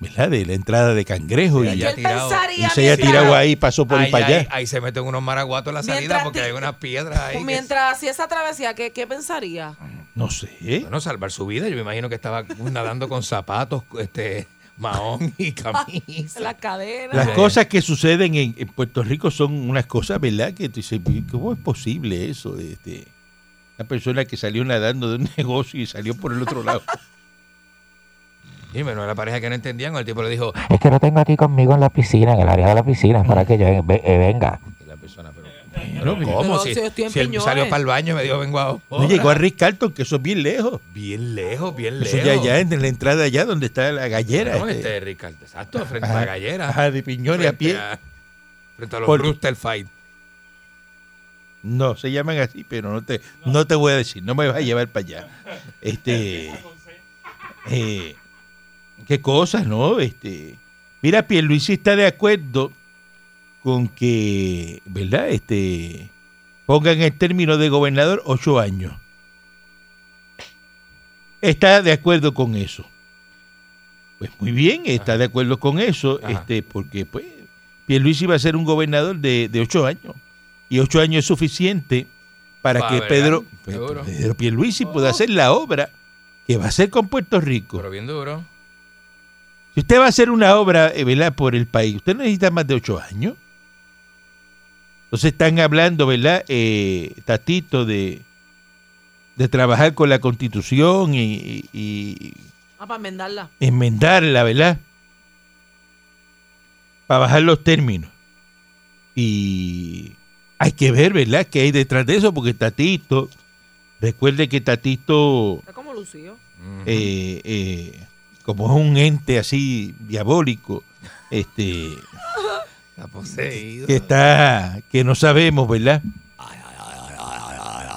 Speaker 3: ¿Verdad? De la entrada de Cangrejo y,
Speaker 5: Sí,
Speaker 4: Y
Speaker 5: ya
Speaker 4: él
Speaker 3: allá-
Speaker 5: tirado.
Speaker 4: pensaría
Speaker 3: y se haya
Speaker 4: mientras-
Speaker 3: tirado ahí, pasó por ahí
Speaker 5: Ahí,
Speaker 3: para
Speaker 5: ahí-
Speaker 3: allá.
Speaker 5: ahí se meten unos maraguatos en la salida
Speaker 4: Mientras
Speaker 5: porque
Speaker 4: ti-
Speaker 5: hay unas piedras ahí. que-
Speaker 4: pues, Mientras hacía esa travesía, ¿qué, qué pensaría?
Speaker 3: No sé.
Speaker 5: Bueno, salvar su vida. Yo me imagino que estaba nadando con zapatos, este, mahón
Speaker 4: *laughs*
Speaker 5: y camisa.
Speaker 4: Las cadenas.
Speaker 3: Las
Speaker 5: Sí.
Speaker 3: cosas que suceden en, en Puerto Rico son unas cosas, ¿verdad? Que tú dices, ¿cómo es posible eso? De este, una persona que salió nadando de un *laughs* negocio y salió por el otro
Speaker 5: *laughs*
Speaker 3: lado.
Speaker 5: Y menos la pareja que no entendían, el tipo le dijo,
Speaker 7: Es que lo tengo aquí conmigo en la piscina, en el área de la piscina, para que yo eh, ve- eh, venga.
Speaker 5: y la persona, pero,
Speaker 3: Bueno,
Speaker 5: pero ¿cómo?
Speaker 4: Pero
Speaker 5: si,
Speaker 4: si estoy en
Speaker 5: si él
Speaker 4: Piñones.
Speaker 5: salió para el baño y me dijo, vengo a...
Speaker 3: *laughs* No llegó a Rick Carlton, que eso es bien lejos.
Speaker 5: Bien lejos, bien lejos.
Speaker 3: Eso ya allá en la entrada allá donde está la gallera.
Speaker 5: No,
Speaker 3: este,
Speaker 5: este, Ricardo, exacto, frente a
Speaker 3: Ajá.
Speaker 5: la gallera.
Speaker 3: ajá, de piñones a pie.
Speaker 5: frente, a, frente a los
Speaker 3: Por-
Speaker 5: Brewster Fight.
Speaker 3: No, se llaman así, pero no te, no te voy a decir, no me vas a llevar para allá. Este, eh, qué cosas, ¿no? Este, mira, Pierluisi está de acuerdo con que, ¿verdad? Este, pongan el término de gobernador ocho años. Está de acuerdo con eso. Pues muy bien, está de acuerdo con eso,
Speaker 5: Ajá.
Speaker 3: este, porque pues Pierluisi va a ser un gobernador de, de ocho años. Y ocho años es suficiente para
Speaker 5: Va,
Speaker 3: que
Speaker 5: ¿verdad?
Speaker 3: Pedro,
Speaker 5: Seguro. Oh.
Speaker 3: Pedro Pierluisi pueda hacer la obra que va a hacer con Puerto Rico.
Speaker 5: Pero bien duro.
Speaker 3: Si usted va a hacer una obra eh, ¿verdad? por el país, usted necesita más de ocho años. Entonces están hablando, ¿verdad, eh, Tatito, de, de trabajar con la constitución y, y- y
Speaker 4: Ah, para enmendarla.
Speaker 3: enmendarla, ¿verdad? Para bajar los términos. Y hay que ver, ¿verdad?, qué hay detrás de eso, porque Tatito, recuerde que Tatito
Speaker 4: Está como lucido.
Speaker 5: Ujú.
Speaker 3: eh, eh, como es un ente así diabólico, este,
Speaker 5: Está poseído.
Speaker 3: que está, que no sabemos, ¿verdad?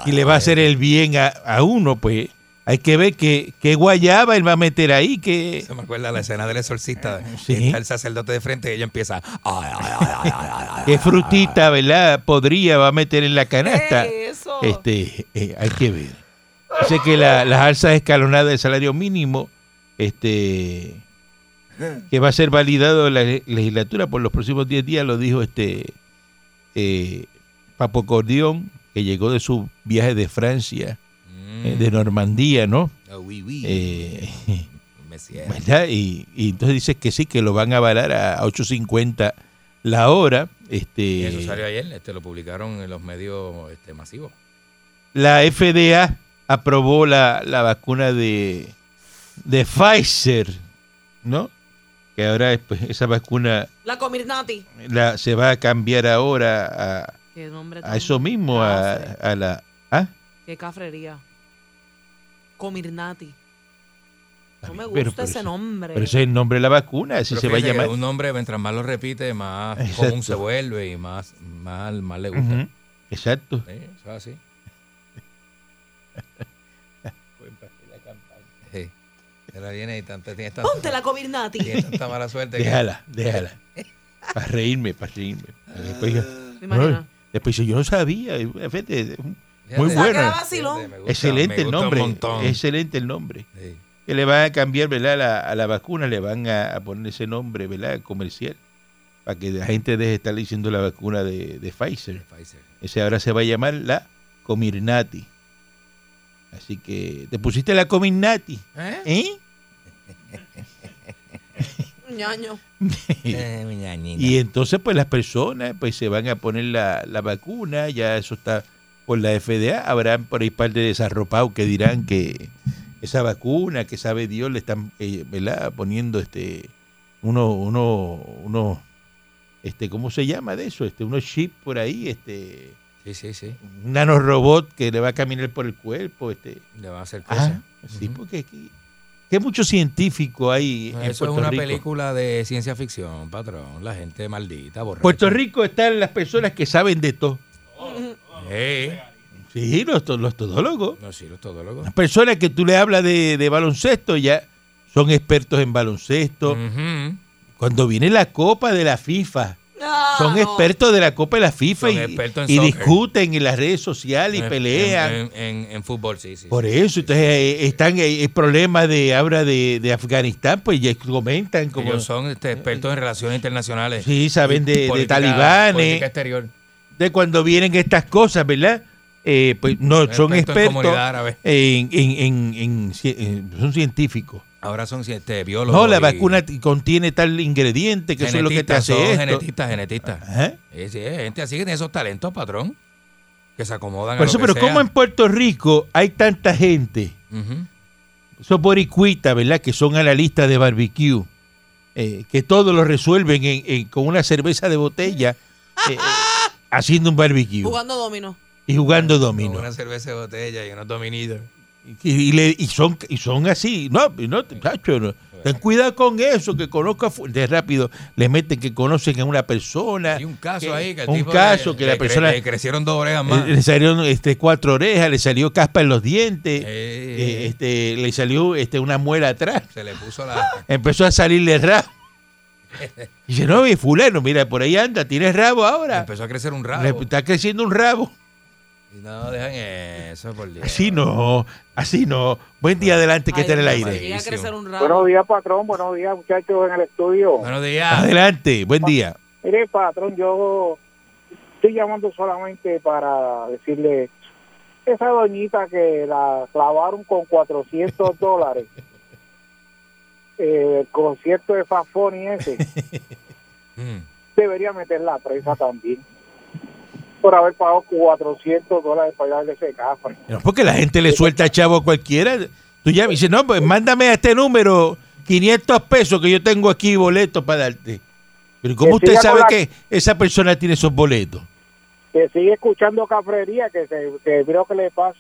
Speaker 3: Y le va a hacer el bien a, a uno, pues hay que ver que, que guayaba él va a meter ahí, que
Speaker 5: Se me acuerda la escena del exorcista.
Speaker 3: Sí.
Speaker 5: Está el sacerdote de frente y ella empieza. "Ay, ay, ay, ay, ay, ay".
Speaker 3: qué frutita, ¿verdad? Podría va a meter en la canasta.
Speaker 4: ¡Eh, eso!
Speaker 3: Este, eh, hay que ver. Dice que la- las alzas escalonadas del salario mínimo, este, que va a ser validado en la le- legislatura por los próximos 10 días, lo dijo este eh, Papo Cordión, que llegó de su viaje de Francia, eh, de Normandía, ¿no?
Speaker 5: Ah, Mm. oui, oui.
Speaker 3: Eh, *laughs*
Speaker 5: Me cierra.
Speaker 3: ¿verdad? Y, y entonces dice que sí, que lo van a avalar a 8.50 la hora.
Speaker 5: Y
Speaker 3: Este,
Speaker 5: Eso salió ayer, este, lo publicaron en los medios este, masivos.
Speaker 3: la FDA aprobó la, la vacuna de, de Pfizer, ¿no? Que ahora pues, esa vacuna
Speaker 4: La Comirnati.
Speaker 3: la, se va a cambiar ahora a,
Speaker 4: Qué nombre
Speaker 3: a
Speaker 4: tan-
Speaker 3: eso mismo, a, a la... ¿ah?
Speaker 4: Qué cafrería. Comirnati. No me gusta
Speaker 3: Pero- pero
Speaker 4: ese
Speaker 3: eso-
Speaker 4: nombre.
Speaker 3: Pero ese es el nombre de la vacuna, así
Speaker 5: Pero
Speaker 3: se va a
Speaker 5: fíjate que
Speaker 3: llamar.
Speaker 5: Un nombre, mientras más lo
Speaker 3: *laughs*
Speaker 5: repite, más
Speaker 3: Exacto.
Speaker 5: común se vuelve y más, más, más le gusta.
Speaker 3: Ujú, Exacto.
Speaker 5: Sí, eso es así. Sí. Te la viene y tanta, tienes tanta,
Speaker 4: Ponte la Comirnati.
Speaker 5: tienes tanta mala suerte que
Speaker 3: Déjala, déjala. Para reírme, para reírme.
Speaker 5: Ah.
Speaker 3: Después, yo-
Speaker 4: ¿Te imaginas?
Speaker 3: después yo no sabía. fíjate,
Speaker 5: Fíjate,
Speaker 3: muy bueno.
Speaker 5: fíjate,
Speaker 4: Vacilón.
Speaker 5: me gusta, me
Speaker 3: Excelente el
Speaker 5: gusta un
Speaker 3: nombre.
Speaker 5: montón.
Speaker 3: Excelente el nombre.
Speaker 5: Sí.
Speaker 3: que le van a cambiar ¿verdad? La- a la vacuna, le van a, a poner ese nombre ¿verdad? comercial, para que la gente deje de estar diciendo la vacuna de, de Pfizer.
Speaker 5: Pfizer.
Speaker 3: *laughs* Ese ahora se va a llamar la Comirnaty. Así que, ¿te pusiste la Comirnaty?
Speaker 5: ¿Eh?
Speaker 3: ¿Eh?
Speaker 4: Ñaño.
Speaker 5: Eh, mi ñañita.
Speaker 3: Y entonces, pues las personas pues se van a poner la, la vacuna, ya eso está por la FDA. Habrán por ahí par de desarropados que dirán que esa vacuna que sabe Dios le están eh, ¿verdad? poniendo este uno, uno, uno, este, ¿cómo se llama de eso? Este, unos chips por ahí, este,
Speaker 5: Sí, sí, sí.
Speaker 3: un nanorobot que le va a caminar por el cuerpo, este.
Speaker 5: Le van a hacer
Speaker 3: Ah,
Speaker 5: cosas.
Speaker 3: sí,
Speaker 5: Ujú. Ah,
Speaker 3: porque aquí- ¿Qué mucho científico hay en
Speaker 5: Eso es
Speaker 3: Puerto
Speaker 5: una
Speaker 3: Rico?
Speaker 5: película de ciencia ficción, patrón. La gente maldita, borracha.
Speaker 3: Puerto Rico están las personas que saben de todo.
Speaker 5: Eh,
Speaker 3: Sí, los, to- los todólogos.
Speaker 5: No, sí, los todólogos.
Speaker 3: Las personas que tú le hablas de, de baloncesto ya son expertos en baloncesto.
Speaker 5: Mm. Ujú.
Speaker 3: Cuando viene la Copa de la FIFA,
Speaker 4: Ah,
Speaker 3: son
Speaker 4: no.
Speaker 3: expertos de la Copa de la FIFA
Speaker 5: Son
Speaker 3: y,
Speaker 5: expertos
Speaker 3: y
Speaker 5: en soccer.
Speaker 3: discuten en las redes sociales y
Speaker 5: En-
Speaker 3: pelean.
Speaker 5: En, en- en fútbol, sí, sí.
Speaker 3: Por
Speaker 5: sí.
Speaker 3: eso, entonces eh, están eh, el problema de habla de, de Afganistán, pues ya comentan como
Speaker 5: Ellos son este, expertos en relaciones internacionales.
Speaker 3: sí saben de, de
Speaker 5: Política-
Speaker 3: talibanes,
Speaker 5: Política exterior.
Speaker 3: de cuando vienen estas cosas, ¿verdad? Eh, pues no son
Speaker 5: Experto en
Speaker 3: expertos
Speaker 5: comunidad árabe.
Speaker 3: en, en, en- en ci- en- son científicos.
Speaker 5: Ahora son este, biólogos.
Speaker 3: No, la
Speaker 5: y
Speaker 3: vacuna t- contiene tal ingrediente que eso es lo que te
Speaker 5: genetistas,
Speaker 3: hace
Speaker 5: son
Speaker 3: esto.
Speaker 5: genetistas, genetistas.
Speaker 3: Ajá.
Speaker 5: Sí, sí, hay gente así que tiene esos talentos, patrón. Que se acomodan
Speaker 3: Por
Speaker 5: a
Speaker 3: eso,
Speaker 5: lo que
Speaker 3: pero ¿cómo em- en
Speaker 5: sea.
Speaker 3: Puerto Rico hay tanta gente?
Speaker 5: Ujú.
Speaker 3: Esos boricuitas, ¿verdad? Que son analistas de barbecue, eh, que todo lo resuelven en- en- con una cerveza de botella, eh, eh, haciendo un barbecue
Speaker 4: Jugando dominó.
Speaker 3: y jugando
Speaker 5: Con
Speaker 3: domino.
Speaker 5: Una cerveza de botella y unos dominitos.
Speaker 3: Y, y le- y son, y son así. No, no, chacho, no. Ten cuidado con eso, que conozca fu- de rápido. Le meten que conocen a una persona.
Speaker 5: Hay un caso
Speaker 3: que-
Speaker 5: ahí que el
Speaker 3: un
Speaker 5: tipo
Speaker 3: caso
Speaker 5: le-
Speaker 3: que la
Speaker 5: le cre-
Speaker 3: persona.
Speaker 5: le crecieron dos orejas
Speaker 3: eh,
Speaker 5: más.
Speaker 3: Le salieron este, cuatro orejas, le salió caspa en los dientes, eh,
Speaker 5: Eh,
Speaker 3: este, le salió este, una muela atrás.
Speaker 5: se le puso la.
Speaker 3: empezó a salirle rabo. Y dice, no, mi fulano, mira, por ahí anda, tienes rabo
Speaker 5: le
Speaker 3: ahora.
Speaker 5: empezó a crecer un
Speaker 3: Le
Speaker 5: rabo.
Speaker 3: está creciendo un rabo.
Speaker 5: Y No, dejan eso, por Dios.
Speaker 3: Así no, así no. Buen día adelante, que
Speaker 4: Ay,
Speaker 3: está en el
Speaker 4: Dios,
Speaker 3: aire.
Speaker 4: si llega a crecer un rabo.
Speaker 8: Buenos días, patrón. Buenos días, muchachos en el estudio.
Speaker 5: Buenos días.
Speaker 3: Adelante, buen día.
Speaker 8: Mire, patrón, yo estoy llamando solamente para decirle esa doñita que la clavaron con 400 dólares. eh, el concierto de Fafoni ese
Speaker 5: Mm.
Speaker 8: debería meterla a presa también por haber pagado 400 dólares para ir a darle ese cafre.
Speaker 3: No, porque la gente le suelta chavo a cualquiera. Tú ya dices, no, pues mándame a este número 500 pesos que yo tengo aquí boletos para darte. Pero ¿cómo
Speaker 8: Que
Speaker 3: usted
Speaker 8: siga
Speaker 3: sabe
Speaker 8: con la-
Speaker 3: que esa persona tiene esos boletos?
Speaker 8: Que sigue escuchando cafrería, que se que creo que le pasa.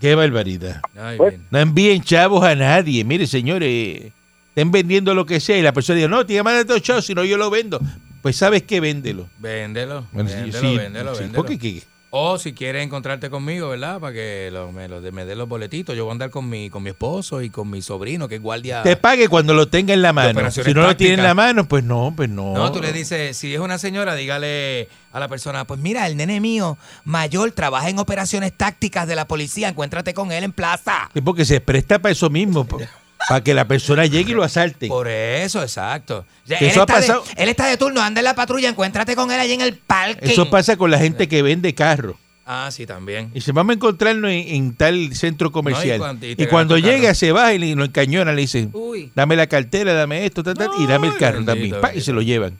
Speaker 3: Qué barbaridad.
Speaker 5: Ay,
Speaker 8: Pues-
Speaker 5: bien.
Speaker 3: No envíen chavos a nadie. Mire, señores, estén vendiendo lo que sea y la persona dice, no, tiene más de dos chavos, si no yo lo vendo. Pues sabes que véndelo.
Speaker 5: Véndelo.
Speaker 3: Bueno, sí,
Speaker 5: véndelo,
Speaker 3: sí,
Speaker 5: véndelo,
Speaker 3: sí,
Speaker 5: véndelo.
Speaker 3: porque que-
Speaker 5: O si quieres encontrarte conmigo, ¿verdad? Para que lo- me, lo- me den los boletitos. Yo voy a andar con mi, con mi esposo y con mi sobrino, que es guardia.
Speaker 3: te pague cuando lo tenga en la mano. Si
Speaker 5: operaciones
Speaker 3: no lo tiene en
Speaker 5: tácticas.
Speaker 3: la mano, pues no, pues no.
Speaker 5: No, tú le dices, si es una señora, dígale a la persona, pues mira, el nene mío mayor trabaja en operaciones tácticas de la policía, encuéntrate con él en plaza.
Speaker 3: Sí, porque se presta para eso mismo, pa- para que la persona llegue y lo asalte.
Speaker 5: Por eso, exacto. Ya,
Speaker 3: Que
Speaker 5: él,
Speaker 3: eso ha
Speaker 5: está
Speaker 3: pasado.
Speaker 5: de, él está de turno, anda en la patrulla, encuéntrate con él allí en el parque.
Speaker 3: Eso pasa con la gente que vende carros.
Speaker 5: Ah, sí, también.
Speaker 3: Y se vamos a encontrarnos en, en tal centro comercial.
Speaker 5: cuan- y te
Speaker 3: y,
Speaker 5: ganan
Speaker 3: cuando
Speaker 5: tu carro.
Speaker 3: llega, se baja y le- lo encañona, le dicen,
Speaker 4: Uy.
Speaker 3: dame la cartera, dame esto, ta, ta, y dame el carro
Speaker 5: bendito,
Speaker 3: también. Pa, y
Speaker 5: bendito.
Speaker 3: se lo llevan.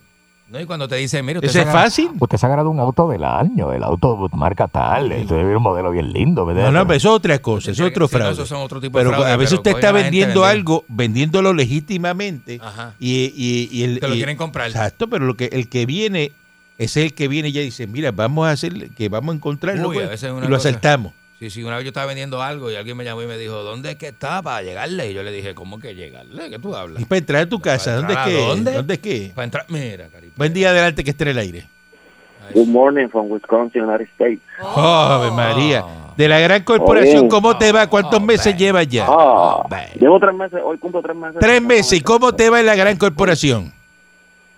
Speaker 5: No, y cuando te dicen, mira, usted
Speaker 3: Eso es
Speaker 5: saca-
Speaker 3: fácil.
Speaker 7: Usted se ha ganado un auto del año, el auto marca tal, este es un modelo bien lindo, ¿verdad?
Speaker 3: No, no, pero eso es otra cosa, eso
Speaker 5: Sí,
Speaker 3: es otro
Speaker 5: sí, no,
Speaker 3: fraude.
Speaker 5: esos son otro tipo de
Speaker 3: pero
Speaker 5: fraude,
Speaker 3: a veces
Speaker 5: pero
Speaker 3: usted
Speaker 5: cogen a
Speaker 3: está
Speaker 5: la gente
Speaker 3: vendiendo
Speaker 5: vendiendo.
Speaker 3: algo, vendiéndolo legítimamente.
Speaker 5: Ajá.
Speaker 3: Y, y- y el,
Speaker 5: Te lo
Speaker 3: y-
Speaker 5: quieren comprar.
Speaker 3: Exacto, pero lo que, el que viene, ese es el que viene y ya dice, mira, vamos a hacer, que vamos a encontrarlo
Speaker 5: Uy, a
Speaker 3: pues,
Speaker 5: veces es
Speaker 3: y
Speaker 5: una
Speaker 3: lo
Speaker 5: cosa-
Speaker 3: asaltamos.
Speaker 5: Sí, sí, una vez yo estaba vendiendo algo y alguien me llamó y me dijo, ¿dónde es que está para llegarle? Y yo le dije, ¿cómo que llegarle? ¿Qué tú hablas?
Speaker 3: Y para entrar a tu casa, ¿dónde es
Speaker 5: entrar a
Speaker 3: que?
Speaker 5: dónde?
Speaker 3: ¿Dónde es que?
Speaker 5: Para entrar, mira, cariño.
Speaker 3: Buen día adelante que esté en el aire.
Speaker 8: Good morning from Wisconsin, United States.
Speaker 5: Oh.
Speaker 3: Ave María. De la gran corporación,
Speaker 8: Bien.
Speaker 3: ¿cómo te va? ¿Cuántos
Speaker 5: Oh,
Speaker 3: meses
Speaker 5: man.
Speaker 3: llevas ya?
Speaker 8: Ah,
Speaker 5: Hombre.
Speaker 8: llevo tres meses, hoy cumplo tres meses.
Speaker 3: Tres meses. ¿Y cómo te va en la gran corporación?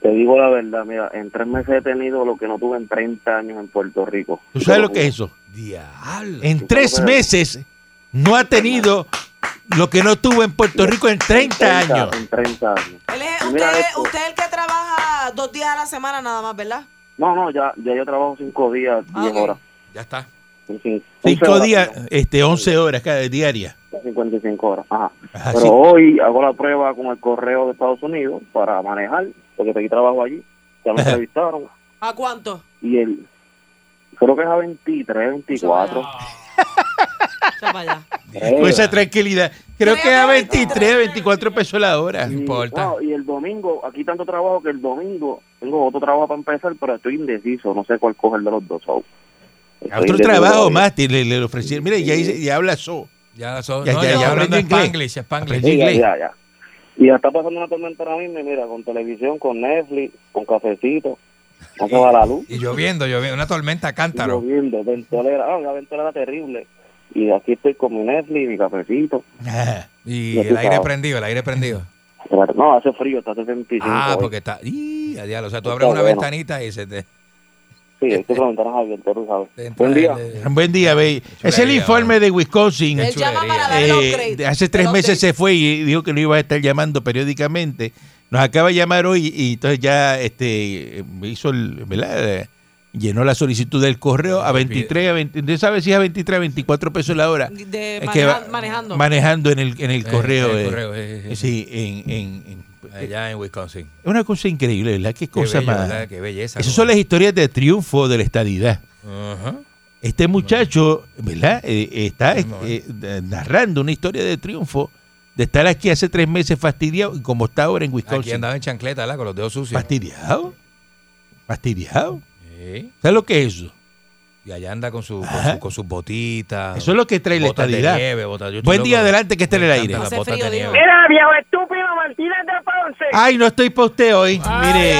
Speaker 8: Te digo la verdad, mira, en tres meses he tenido lo que no tuve en 30 años en Puerto Rico.
Speaker 3: ¿Tú sabes lo que es eso?
Speaker 5: Diablo.
Speaker 3: En tres meses no ha tenido lo que no tuvo en Puerto Rico en 30 años.
Speaker 8: En 30 años.
Speaker 4: Él es,
Speaker 8: Y mira
Speaker 4: usted,
Speaker 8: esto.
Speaker 4: usted es el que trabaja dos días a la semana nada más, ¿verdad?
Speaker 8: No, no, ya, ya yo trabajo cinco días,
Speaker 4: Ah,
Speaker 8: diez
Speaker 4: ok.
Speaker 8: horas.
Speaker 5: Ya está.
Speaker 8: Sí, sí. Once
Speaker 3: Cinco
Speaker 8: horas,
Speaker 3: días,
Speaker 8: perdón.
Speaker 3: este, 11 horas cada diaria.
Speaker 8: 55 horas. Ajá.
Speaker 3: Ajá,
Speaker 8: Pero
Speaker 3: Ah, sí.
Speaker 8: hoy hago la prueba con el correo de Estados Unidos para manejar, porque pedí trabajo allí. Ya me
Speaker 3: Ajá.
Speaker 8: entrevistaron.
Speaker 4: ¿A cuánto?
Speaker 8: Y el. Creo que es a 23, 24.
Speaker 4: Ya para allá.
Speaker 8: creo.
Speaker 3: Con Pues esa tranquilidad.
Speaker 4: Creo
Speaker 3: Creo que a
Speaker 4: que
Speaker 3: 23, 24 pesos la hora.
Speaker 8: Y,
Speaker 5: importa.
Speaker 8: wow, y el domingo, aquí tanto trabajo que el domingo tengo otro trabajo para empezar, pero estoy indeciso, no sé cuál coger de los dos. so. Estoy
Speaker 3: Otro
Speaker 8: indeciso
Speaker 3: trabajo
Speaker 8: todavía.
Speaker 3: más te- le, le ofrecieron. Mira, ya, dice- ya habla so.
Speaker 5: Ya, so-
Speaker 3: Ya-
Speaker 5: no,
Speaker 3: ya-
Speaker 5: ya
Speaker 3: ya aprendí
Speaker 5: hablando
Speaker 3: inglés.
Speaker 5: Spanglish, Spanglish.
Speaker 3: Aprendí.
Speaker 8: Sí, ya,
Speaker 3: inglés.
Speaker 8: ya, ya.
Speaker 9: Y está pasando una tormenta ahora mismo, y mira, con televisión, con Netflix, con cafecito, no se va la luz.
Speaker 5: Y lloviendo, lloviendo, una tormenta
Speaker 9: y
Speaker 5: cántaro.
Speaker 9: lloviendo, ventolera, ah, una ventolera terrible. Y aquí estoy con mi Netflix, mi cafecito.
Speaker 5: *laughs* Y
Speaker 9: Ya tú
Speaker 5: el aire
Speaker 9: sabes.
Speaker 5: prendido, el aire prendido.
Speaker 9: Espérate, No, hace frío, está a 75.
Speaker 5: Ah,
Speaker 9: hoy.
Speaker 5: porque está. ¡Ih! a diablo. O sea, tú
Speaker 9: Está
Speaker 5: abres una
Speaker 9: bueno.
Speaker 5: ventanita y se te.
Speaker 9: Sí, estoy con las ventanas abiertas, tú sabes.
Speaker 5: te entra
Speaker 9: Buen día.
Speaker 5: el- eh,
Speaker 3: Buen día, Bey. Es el
Speaker 5: Chulería,
Speaker 3: informe de Wisconsin.
Speaker 4: Él llama
Speaker 5: chulería.
Speaker 4: para darle
Speaker 3: Eh,
Speaker 4: upgrade.
Speaker 3: de- hace tres
Speaker 4: El
Speaker 3: meses
Speaker 4: update.
Speaker 3: se fue y dijo que lo iba a estar llamando periódicamente. Nos acaba de llamar hoy y entonces ya este hizo el, ¿verdad? Eh, Llenó la solicitud del correo a 23, a 23, ¿sabes si es a 23, a 24 pesos la hora?
Speaker 4: De
Speaker 3: Es que
Speaker 4: maneja-
Speaker 3: va-
Speaker 4: manejando.
Speaker 3: Manejando en el, en el
Speaker 5: Eh,
Speaker 3: correo.
Speaker 5: el
Speaker 3: eh.
Speaker 5: correo, eh, eh, eh.
Speaker 3: Sí, en- en- en-
Speaker 5: Allá en Wisconsin.
Speaker 3: es una cosa increíble, ¿verdad? Qué cosa
Speaker 5: bello,
Speaker 3: más.
Speaker 5: ¿verdad? Qué belleza.
Speaker 3: Esas
Speaker 5: como-
Speaker 3: son las historias de triunfo de la estadidad.
Speaker 5: Ajá.
Speaker 3: Este muchacho, ¿verdad? Eh, está eh,
Speaker 5: No,
Speaker 3: eh, da- narrando una historia de triunfo de estar aquí hace tres meses fastidiado y como está ahora en
Speaker 5: Aquí
Speaker 3: Wisconsin.
Speaker 5: andaba en chancleta, ¿verdad? Con los dedos sucios.
Speaker 3: Fastidiado. Fastidiado.
Speaker 5: Sí.
Speaker 3: ¿Sabes lo que es eso?
Speaker 5: Y allá anda con, su, con,
Speaker 3: Ajá.
Speaker 5: su- con sus botitas.
Speaker 3: Eso es lo que trae la
Speaker 5: botas de
Speaker 3: estadidad.
Speaker 5: nieve, botas- yo estoy
Speaker 3: Buen
Speaker 5: loco.
Speaker 3: día, adelante, que esté en el
Speaker 5: Me
Speaker 3: aire.
Speaker 5: encantan las
Speaker 4: Hace
Speaker 5: botas
Speaker 4: frío,
Speaker 5: de
Speaker 4: digo.
Speaker 5: nieve.
Speaker 8: Mira, viejo estúpido, Martínez de Ponce.
Speaker 3: Ay, no estoy para usted hoy. Mire.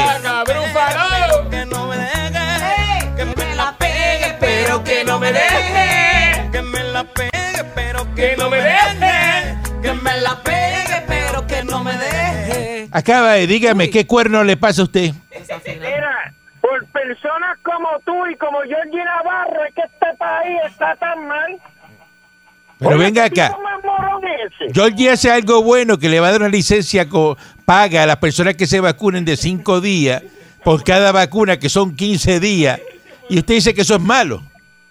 Speaker 4: Que no me deje, que me la pegue, pero que no me deje. Que me la pegue, pero que no me deje. Que me la pegue, pero que no me deje.
Speaker 3: Acaba de, dígame, ¿qué cuerno le pasa a usted?
Speaker 8: Mira, por personas como tú y como Georgie Navarro es que este país está tan mal.
Speaker 3: Pero
Speaker 8: Oye,
Speaker 3: venga
Speaker 8: ¿qué tipo
Speaker 3: acá.
Speaker 8: más morón es ese?
Speaker 3: Georgie hace algo bueno que le va a dar una licencia co- paga a las personas que se vacunen de cinco días por cada vacuna, que son 15 días. Y usted dice que eso es malo.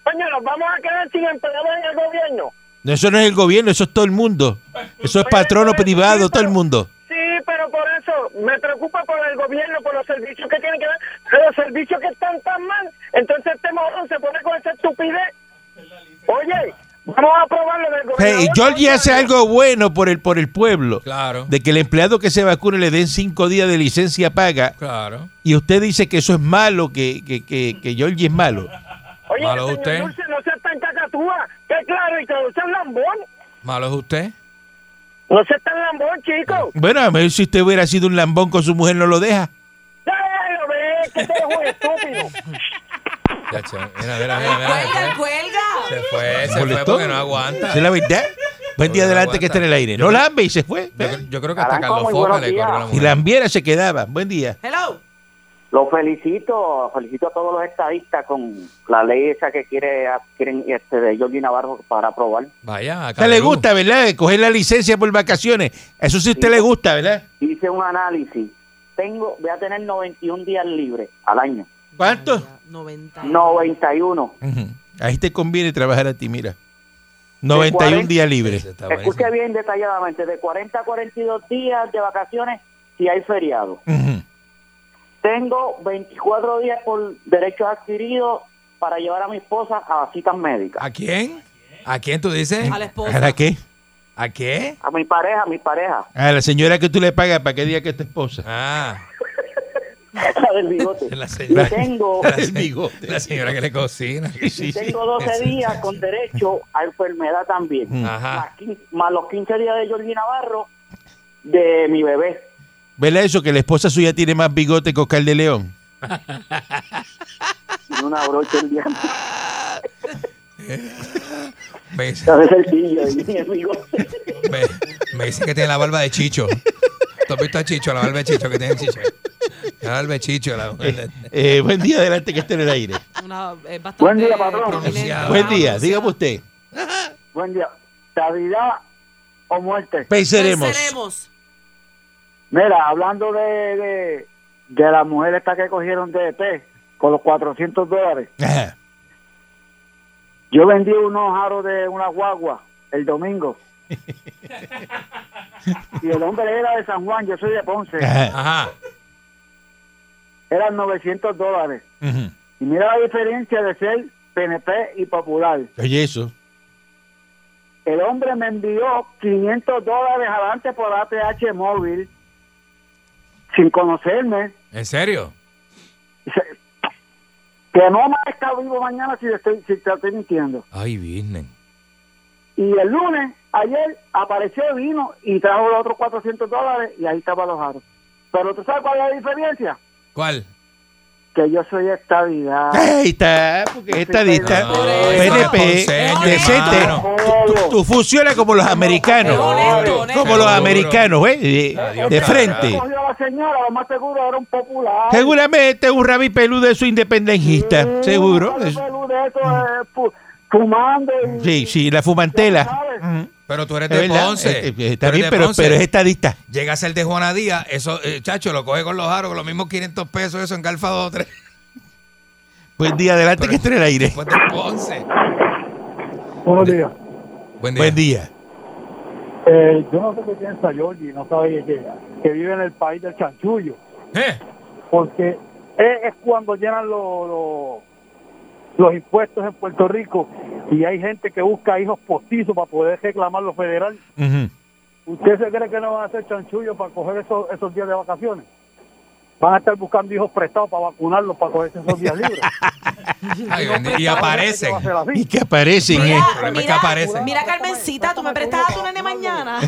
Speaker 8: Coño, nos vamos a quedar sin empleados en el gobierno.
Speaker 3: No, eso no es el gobierno, eso es todo el mundo. Eso es patrono privado, todo el mundo.
Speaker 8: Sí, pero por eso me preocupa por el gobierno, por los servicios que tienen que dar, los servicios que están tan mal. Entonces este morón se pone con esa estupidez. Oye, vamos a probarlo del gobierno.
Speaker 3: Eh, Georgie hace algo bueno por el, por el pueblo.
Speaker 5: Claro.
Speaker 3: De que el empleado que se vacune le den cinco días de licencia paga.
Speaker 5: Claro.
Speaker 3: Y usted dice que eso es malo, que, que, que, que Georgie es malo.
Speaker 8: Oye,
Speaker 5: Malo
Speaker 8: señor
Speaker 5: usted.
Speaker 8: Dulce, no seas tan cacatúa. Que claro, y que no seas lambón.
Speaker 5: Malo es usted.
Speaker 8: No seas tan lambón, chico.
Speaker 3: Bueno, a ver si usted hubiera sido un lambón con su mujer, no lo deja.
Speaker 8: Déjalo ver, que este tú eres un estúpido.
Speaker 5: Ya, che, mira, mira, mira, mira.
Speaker 4: Cuelga, cuelga.
Speaker 5: Se fue, se fue
Speaker 3: ¿Molestó?
Speaker 5: porque no aguanta.
Speaker 3: Esa es la verdad. Buen día
Speaker 5: Porque no
Speaker 3: adelante que está en el aire. No lambe y se fue.
Speaker 5: Yo, cre- yo creo que hasta
Speaker 9: Aranco,
Speaker 5: Carlos
Speaker 9: muy
Speaker 5: Foca
Speaker 9: buenos
Speaker 5: le corrió
Speaker 9: días.
Speaker 5: la
Speaker 3: Y
Speaker 5: mujer.
Speaker 3: lambiera se quedaba. Buen día.
Speaker 4: Hello.
Speaker 9: Lo felicito, felicito a todos los estadistas con la ley esa que quiere quieren este de Jordi Navarro para aprobar.
Speaker 5: Vaya, a
Speaker 3: A usted le
Speaker 5: Camerún.
Speaker 3: gusta, ¿verdad? Coger la licencia por vacaciones. Eso sí a usted le gusta, ¿verdad?
Speaker 9: Hice un análisis. Tengo, voy a tener 91 días libres al año.
Speaker 3: ¿Cuánto?
Speaker 4: 90.
Speaker 9: 91.
Speaker 3: Ujú. Ahí te conviene trabajar a ti, mira. 91
Speaker 9: 40.
Speaker 3: días
Speaker 5: Sí,
Speaker 3: libres.
Speaker 5: sí, está buenísimo.
Speaker 9: Escuche bien detalladamente, de 40 a 42 días de vacaciones si hay feriado.
Speaker 3: Ujú.
Speaker 9: Tengo 24 días por derechos adquiridos para llevar a mi esposa a citas médicas.
Speaker 5: ¿A quién? ¿A quién tú dices?
Speaker 4: A la esposa.
Speaker 3: ¿Para qué?
Speaker 5: ¿A qué?
Speaker 9: A mi pareja, a mi pareja, *laughs*
Speaker 3: A la señora que tú le pagas para que diga que es tu esposa.
Speaker 5: Ah,
Speaker 9: la del
Speaker 5: *laughs*
Speaker 9: bigote.
Speaker 5: la
Speaker 9: Y
Speaker 5: señora,
Speaker 9: tengo,
Speaker 3: El bigote.
Speaker 5: la señora que le cocina.
Speaker 3: Sí, sí.
Speaker 9: tengo 12 días Ah. con derecho a enfermedad también.
Speaker 5: Ajá.
Speaker 9: Más, quin- más los 15 días de Jordi Navarro de mi bebé.
Speaker 3: ¿Verdad eso? Que la esposa suya tiene más bigote que Oscar de
Speaker 5: *laughs*
Speaker 3: León.
Speaker 9: Y una brocha el día.
Speaker 5: Me dice,
Speaker 9: Ese cerquillo ahí en el bigote.
Speaker 5: me, me dice que tiene la barba de Chicho. ¿Tú has visto a Chicho, la barba de Chicho que tiene Chicho? La barba de Chicho, la mujer de-
Speaker 3: Eh, buen día, adelante que esté en el aire.
Speaker 4: Una, eh, bastante
Speaker 9: Buen día, patrón.
Speaker 4: prominente.
Speaker 3: Buen día,
Speaker 4: Ah,
Speaker 3: dígame usted.
Speaker 9: Buen día. ¿Estabilidad o muerte?
Speaker 3: Pensaremos.
Speaker 4: Seremos.
Speaker 9: Mira, hablando de, de, de las mujeres estas que cogieron de EP con los 400 dólares,
Speaker 3: Ajá.
Speaker 9: yo vendí unos aros de una guagua el domingo. y el hombre era de San Juan, yo soy de Ponce.
Speaker 3: Ajá.
Speaker 5: Ajá.
Speaker 9: Eran 900 dólares.
Speaker 3: Ujú.
Speaker 9: Y mira la diferencia de ser PNP y popular.
Speaker 3: Oye, eso.
Speaker 9: El hombre me envió 500 dólares adelante por ATH móvil sin conocerme.
Speaker 5: ¿En serio?
Speaker 9: Dice, Que no más está vivo mañana si, estoy, si te estoy mintiendo.
Speaker 5: Ay, business.
Speaker 8: Y el lunes, ayer, apareció, vino y trajo los otros 400 dólares y ahí estaba los aros. Pero tú sabes cuál es la diferencia?
Speaker 5: ¿Cuál?
Speaker 8: Que yo soy
Speaker 5: Ah.
Speaker 8: estadidad.
Speaker 3: Ahí está, porque es estadista,
Speaker 5: No, es
Speaker 3: PNP,
Speaker 5: consejo,
Speaker 3: decente.
Speaker 5: hermano.
Speaker 3: Tú, tú fusionas como los americanos,
Speaker 4: es honesto, honesto.
Speaker 3: como los
Speaker 5: Seguro.
Speaker 3: americanos, ¿ves? De,
Speaker 5: Adiós,
Speaker 3: de
Speaker 5: carajo.
Speaker 3: frente.
Speaker 8: Cogió a la señora, lo más seguro era un popular.
Speaker 3: Seguramente un rabi pelú de su independentista, seguro.
Speaker 8: Un
Speaker 3: Es-
Speaker 8: pelú de esos, eh, fu- fumando. y-
Speaker 3: Sí, sí, la fumantela.
Speaker 8: ¿sabes?
Speaker 3: Ujú,
Speaker 5: Pero tú eres
Speaker 3: es
Speaker 5: de
Speaker 3: verdad.
Speaker 5: Ponce.
Speaker 3: Eh, eh,
Speaker 5: Tú
Speaker 3: Está
Speaker 5: eres
Speaker 3: bien,
Speaker 5: de
Speaker 3: pero,
Speaker 5: Ponce.
Speaker 3: pero es estadista.
Speaker 5: Llega a ser de Juana Díaz, eso, eh, chacho, lo coge con los aros, con los mismos 500 pesos, eso engalfa dos o tres.
Speaker 3: Buen día, adelante
Speaker 5: Pero-
Speaker 3: que esté en el aire.
Speaker 5: Pues de Ponce.
Speaker 10: Buenos días.
Speaker 5: Buen día.
Speaker 3: Buen día.
Speaker 10: Eh, yo no sé qué piensa Georgie, no sabe que, que vive en el país del chanchullo,
Speaker 5: Eh,
Speaker 10: porque es, es cuando llenan lo- lo- los impuestos en Puerto Rico y hay gente que busca hijos postizos para poder reclamar lo federal.
Speaker 3: Ujú.
Speaker 10: ¿Usted se cree que no van a hacer chanchullo para coger esos, esos días de vacaciones? Van a estar buscando hijos prestados para vacunarlos para cogerse esos días
Speaker 3: *laughs*
Speaker 10: libres.
Speaker 5: ay, buen día. y aparecen.
Speaker 10: Va a ser así.
Speaker 3: Y que aparecen. eh.
Speaker 5: El
Speaker 4: Mira,
Speaker 5: problema es que
Speaker 4: mira,
Speaker 5: aparecen.
Speaker 4: mira, Carmencita, tú me prestas a tu nene mañana.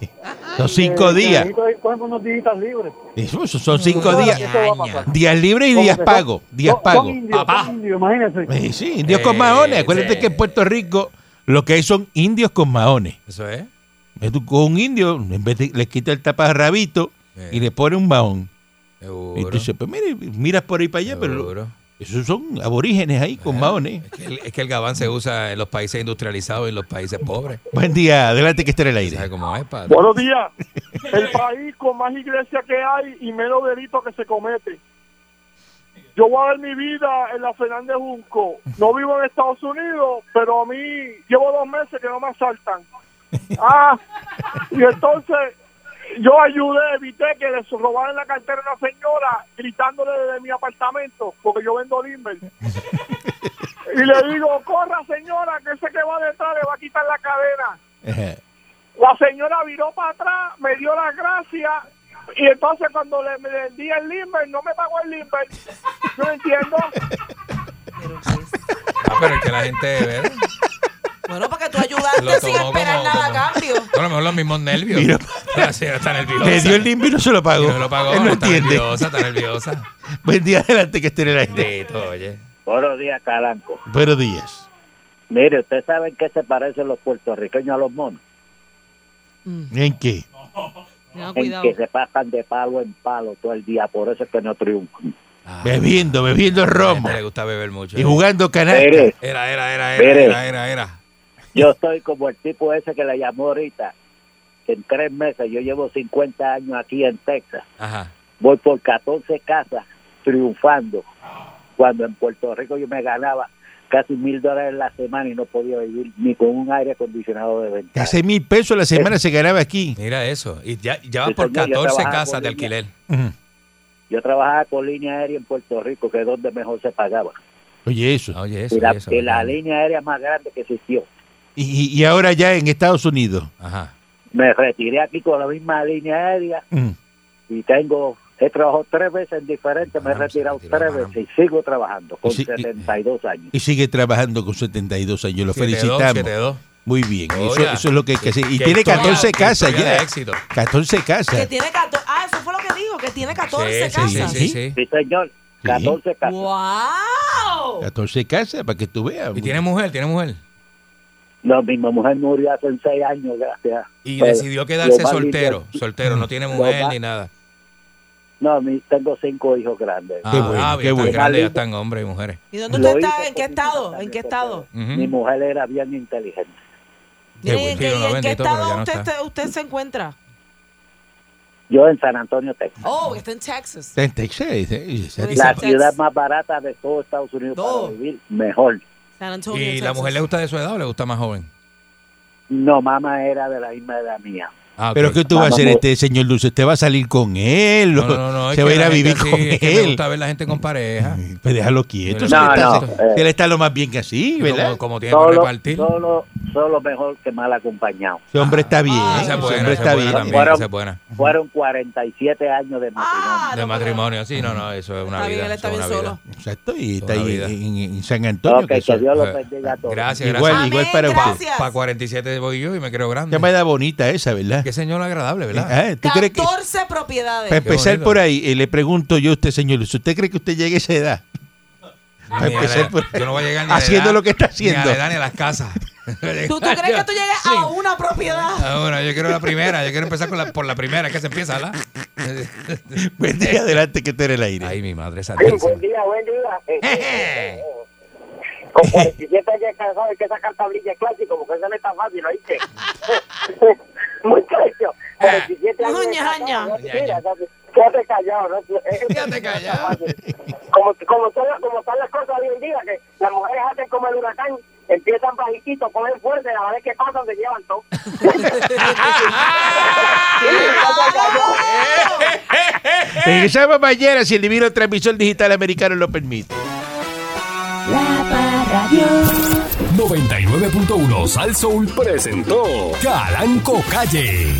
Speaker 3: *laughs* Son cinco
Speaker 10: Eh,
Speaker 3: días.
Speaker 10: necesito ir cogiendo unos días libres.
Speaker 3: Eso, eso son cinco
Speaker 10: Eso-
Speaker 3: días.
Speaker 10: eso va a pasar.
Speaker 3: Días libres y días
Speaker 10: Son-
Speaker 3: pagos. Días
Speaker 10: son- son
Speaker 3: pagos.
Speaker 10: indios, son
Speaker 5: Papá.
Speaker 10: indios, imagínese.
Speaker 3: Eh, Sí, indios
Speaker 5: Eh,
Speaker 3: con maones. Acuérdate
Speaker 5: sí.
Speaker 3: que en Puerto Rico lo que hay son indios con maones.
Speaker 5: Eso es.
Speaker 3: Eh, tú Con un indio, en vez de, le quita el taparrabito
Speaker 5: Eh.
Speaker 3: y le pone un mahón. Y tú
Speaker 5: Seguro.
Speaker 3: dices, pues mire, miras por ahí para allá, pero
Speaker 5: seguro. Eh.
Speaker 3: esos son aborígenes ahí con maones.
Speaker 5: Es que, el, es que el gabán se usa en los países industrializados y en los países pobres.
Speaker 3: Buen día, adelante que esté en el aire.
Speaker 5: ¿Sabes cómo es, padre?
Speaker 10: Buenos días. El país con más iglesias que hay y menos delitos que se comete. Yo voy a ver mi vida en la Fernández Junco. No vivo en Estados Unidos, pero a mí llevo dos meses que no me asaltan. Ah, y entonces yo ayudé, evité que les robaran la cartera a una señora gritándole desde mi apartamento, porque yo vendo limber. Y le digo, corra señora, que ese que va detrás le va a quitar la cadena.
Speaker 3: Ajá.
Speaker 10: La señora viró para atrás, me dio las gracias y entonces cuando le, me le di el limber, no me pagó el limber. Yo no entiendo.
Speaker 4: pues,
Speaker 5: Ah, pero es que la gente ve.
Speaker 4: Bueno, porque tú
Speaker 5: Lo
Speaker 4: ayudaste sin
Speaker 5: tomó
Speaker 4: esperar
Speaker 5: como-
Speaker 4: nada
Speaker 5: como-
Speaker 4: a cambio.
Speaker 5: No, a lo mejor los mismos nervios.
Speaker 3: Mira,
Speaker 5: *laughs* la señora está nerviosa.
Speaker 3: Le dio el limbo y no se lo
Speaker 5: Y
Speaker 3: pagó.
Speaker 5: no lo pagó.
Speaker 3: Él no
Speaker 5: está
Speaker 3: entiende.
Speaker 5: nerviosa,
Speaker 3: *laughs*
Speaker 5: está nerviosa.
Speaker 3: Buen día, adelante que esté en el aire.
Speaker 5: Bendito, oye.
Speaker 9: *laughs* Buenos días, Calanco.
Speaker 3: Buenos días.
Speaker 9: Mire, ¿ustedes saben qué se parecen los puertorriqueños a los monos?
Speaker 3: ¿En qué?
Speaker 4: No,
Speaker 9: En
Speaker 4: cuidado.
Speaker 9: que se pasan de palo en palo todo el día, por eso es que no triunfan.
Speaker 5: Ah,
Speaker 3: Bebiendo, bebiendo
Speaker 5: a la
Speaker 3: romo
Speaker 5: gente le gusta beber mucho.
Speaker 3: y jugando canasta.
Speaker 9: Mire,
Speaker 5: Era, era, era, era,
Speaker 9: Mire.
Speaker 5: era, era, era.
Speaker 9: yo estoy como el tipo ese que le llamó ahorita, que en tres meses, yo llevo 50 años aquí en Texas,
Speaker 5: Ajá.
Speaker 9: voy por 14 casas triunfando, cuando en Puerto Rico yo me ganaba casi mil dólares la semana y no podía vivir ni con un aire acondicionado de ventana.
Speaker 3: Hace mil pesos la semana se ganaba aquí.
Speaker 5: Mira eso. Y ya, ya vas
Speaker 9: Sí,
Speaker 5: por
Speaker 9: señor, yo
Speaker 5: 14
Speaker 9: trabajaba
Speaker 5: casas
Speaker 9: por
Speaker 5: de
Speaker 9: el día.
Speaker 5: alquiler.
Speaker 3: Ujú.
Speaker 9: Yo trabajaba con línea aérea en Puerto Rico, que es donde mejor se pagaba.
Speaker 3: Oye, eso.
Speaker 5: Oye, eso.
Speaker 9: Y la,
Speaker 5: oye, eso,
Speaker 9: y la
Speaker 5: ¿verdad?
Speaker 9: línea aérea más grande que existió.
Speaker 3: Y, y ahora ya en Estados Unidos.
Speaker 5: Ajá.
Speaker 9: Me retiré aquí con la misma línea aérea
Speaker 3: Mm.
Speaker 9: y tengo, he trabajado tres veces en diferentes, me he
Speaker 5: Caramba, se
Speaker 9: retirado
Speaker 5: retiró,
Speaker 9: tres
Speaker 5: caramba.
Speaker 9: veces y sigo trabajando con
Speaker 3: Sí, y-
Speaker 9: 72 años.
Speaker 3: Y sigue trabajando con 72 años. Lo
Speaker 5: 7-2,
Speaker 3: felicitamos.
Speaker 5: 7-2.
Speaker 3: Muy bien. Eso,
Speaker 5: Oiga,
Speaker 3: eso es lo que hay que hacer. Y
Speaker 5: qué
Speaker 3: tiene
Speaker 5: historia,
Speaker 3: 14
Speaker 5: qué
Speaker 3: casas
Speaker 5: historia de
Speaker 3: ya.
Speaker 5: éxito.
Speaker 3: 14
Speaker 4: Que
Speaker 3: casas.
Speaker 4: tiene 14. Ah, eso fue lo que digo, que tiene 14
Speaker 5: Sí, sí,
Speaker 4: casas.
Speaker 5: sí, sí, sí.
Speaker 9: Sí, señor, 14 casas.
Speaker 4: ¡Wow!
Speaker 3: 14 casas para que tú veas.
Speaker 5: Y tiene mujer, tiene mujer.
Speaker 9: No, mi mujer murió hace seis años, gracias.
Speaker 5: Y
Speaker 9: Pero
Speaker 5: decidió quedarse
Speaker 9: lo más
Speaker 5: soltero.
Speaker 9: lindo-
Speaker 5: Soltero, no tiene
Speaker 9: Lo
Speaker 5: mujer
Speaker 9: más-
Speaker 5: ni nada.
Speaker 9: No, mi- tengo cinco hijos grandes.
Speaker 5: Ah,
Speaker 3: Qué bueno,
Speaker 5: ah,
Speaker 3: qué
Speaker 5: bien, tan
Speaker 3: bueno.
Speaker 5: grande, ya están hombres y mujeres.
Speaker 4: ¿Y dónde usted
Speaker 9: Lo
Speaker 4: está?
Speaker 9: hice
Speaker 4: ¿En qué
Speaker 9: con
Speaker 4: estado?
Speaker 9: 50
Speaker 4: ¿En qué
Speaker 9: años,
Speaker 4: estado?
Speaker 5: Ujú.
Speaker 9: Mi mujer era bien inteligente.
Speaker 5: Qué
Speaker 4: Miren,
Speaker 5: bueno.
Speaker 4: ¿y
Speaker 5: Sí, no,
Speaker 4: ¿En qué
Speaker 5: bendito, pero ya
Speaker 4: estado
Speaker 5: no
Speaker 4: usted,
Speaker 5: está.
Speaker 4: está- usted se encuentra?
Speaker 9: Yo en San Antonio, Texas.
Speaker 4: Oh, está en Texas.
Speaker 3: Está en Texas, eh, y se-
Speaker 4: Pues-
Speaker 9: La
Speaker 4: Texas.
Speaker 9: ciudad más barata de todo Estados Unidos
Speaker 4: No.
Speaker 9: para vivir, mejor.
Speaker 4: San Antonio,
Speaker 5: ¿Y la
Speaker 4: Texas.
Speaker 5: mujer le gusta de su edad o le gusta más joven?
Speaker 9: No, mamá era de la misma edad mía.
Speaker 5: Ah,
Speaker 3: Pero
Speaker 5: ok.
Speaker 3: ¿qué tú vas a hacer,
Speaker 9: Vamos.
Speaker 3: este señor Dulce? ¿Usted va a salir con él?
Speaker 5: No, no, no, es
Speaker 3: ¿Se
Speaker 5: que
Speaker 3: va a ir
Speaker 5: la
Speaker 3: a
Speaker 5: gente
Speaker 3: vivir
Speaker 5: así,
Speaker 3: con
Speaker 5: es que me
Speaker 3: él?
Speaker 5: gusta ver la gente con pareja.
Speaker 3: Pues déjalo quieto.
Speaker 5: No,
Speaker 3: se le está,
Speaker 9: no,
Speaker 3: se-
Speaker 9: eh.
Speaker 3: se le está lo más bien que así,
Speaker 5: Como,
Speaker 3: ¿verdad?
Speaker 5: como tiene que
Speaker 9: Solo,
Speaker 5: repartir.
Speaker 9: solo, solo mejor que mal acompañado.
Speaker 3: Ese hombre está bien.
Speaker 5: Ah, esa
Speaker 3: ese
Speaker 5: es buena,
Speaker 3: hombre
Speaker 5: esa
Speaker 3: está
Speaker 5: es buena
Speaker 3: bien.
Speaker 5: también. esa es buena.
Speaker 9: Fueron 47 años de
Speaker 4: Ah,
Speaker 9: matrimonio.
Speaker 5: de matrimonio, sí, no, no, eso es una
Speaker 11: Está
Speaker 5: vida.
Speaker 11: bien, él está
Speaker 5: eso es
Speaker 11: bien
Speaker 5: una
Speaker 11: solo.
Speaker 5: vida.
Speaker 3: Exacto, y está
Speaker 5: Toda
Speaker 3: ahí
Speaker 5: la vida.
Speaker 3: en, en San Antonio.
Speaker 9: Ok, que
Speaker 3: eso-
Speaker 9: Dios los
Speaker 5: Eh,
Speaker 9: bendiga a todos.
Speaker 5: Gracias,
Speaker 3: Igual,
Speaker 5: gracias.
Speaker 3: igual para
Speaker 11: Amén,
Speaker 3: usted.
Speaker 11: gracias.
Speaker 5: Para 47 voy yo y me creo grande.
Speaker 3: Qué manera bonita esa, ¿verdad?
Speaker 5: Qué señor agradable, ¿verdad?
Speaker 3: Ah, ¿Tú crees que,
Speaker 11: 14
Speaker 3: para
Speaker 11: propiedades.
Speaker 5: Qué
Speaker 3: empezar
Speaker 5: bonito.
Speaker 3: por ahí, eh, le pregunto yo a usted, señor Luis, ¿usted cree que usted llegue a esa edad? Para
Speaker 5: Ni a la-
Speaker 3: empezar por
Speaker 5: yo no voy a llegar ni a la
Speaker 3: haciendo
Speaker 5: edad,
Speaker 3: lo que está
Speaker 5: Ni a
Speaker 3: haciendo.
Speaker 5: la edad ni a las casas.
Speaker 11: ¿Tú, tú crees que tú llegues a una propiedad?
Speaker 5: *laughs* Ahora, yo quiero la primera, yo quiero empezar con la- por la primera, que se empieza, ¿verdad? Eh,
Speaker 3: Vete adelante que esté en el aire.
Speaker 5: Ay, mi madre
Speaker 8: Sí,
Speaker 5: santísima.
Speaker 8: buen día, buen día. Eh, eh,
Speaker 5: Este. Jeje.
Speaker 8: Con 47 años de casado hay que sacar tablilla clásico porque eso no está fácil, ¿oíste? Muchacho, 47 años de
Speaker 11: Ñaña, ñaña.
Speaker 8: casado, no, mira, no, Quédate callado, ¿no? Eh,
Speaker 5: Quédate callado.
Speaker 8: Como, como, son, las- como están las cosas hoy en día, que las mujeres hacen como el huracán, empiezan bajititos, cogen fuerte, a ver qué pasa, se llevan todo.
Speaker 4: Ah,
Speaker 3: Regresamos mañana si el divino transmisor digital americano lo permite.
Speaker 6: La Parradio.
Speaker 1: 99.1 Sal Soul presentó Calanco Calle.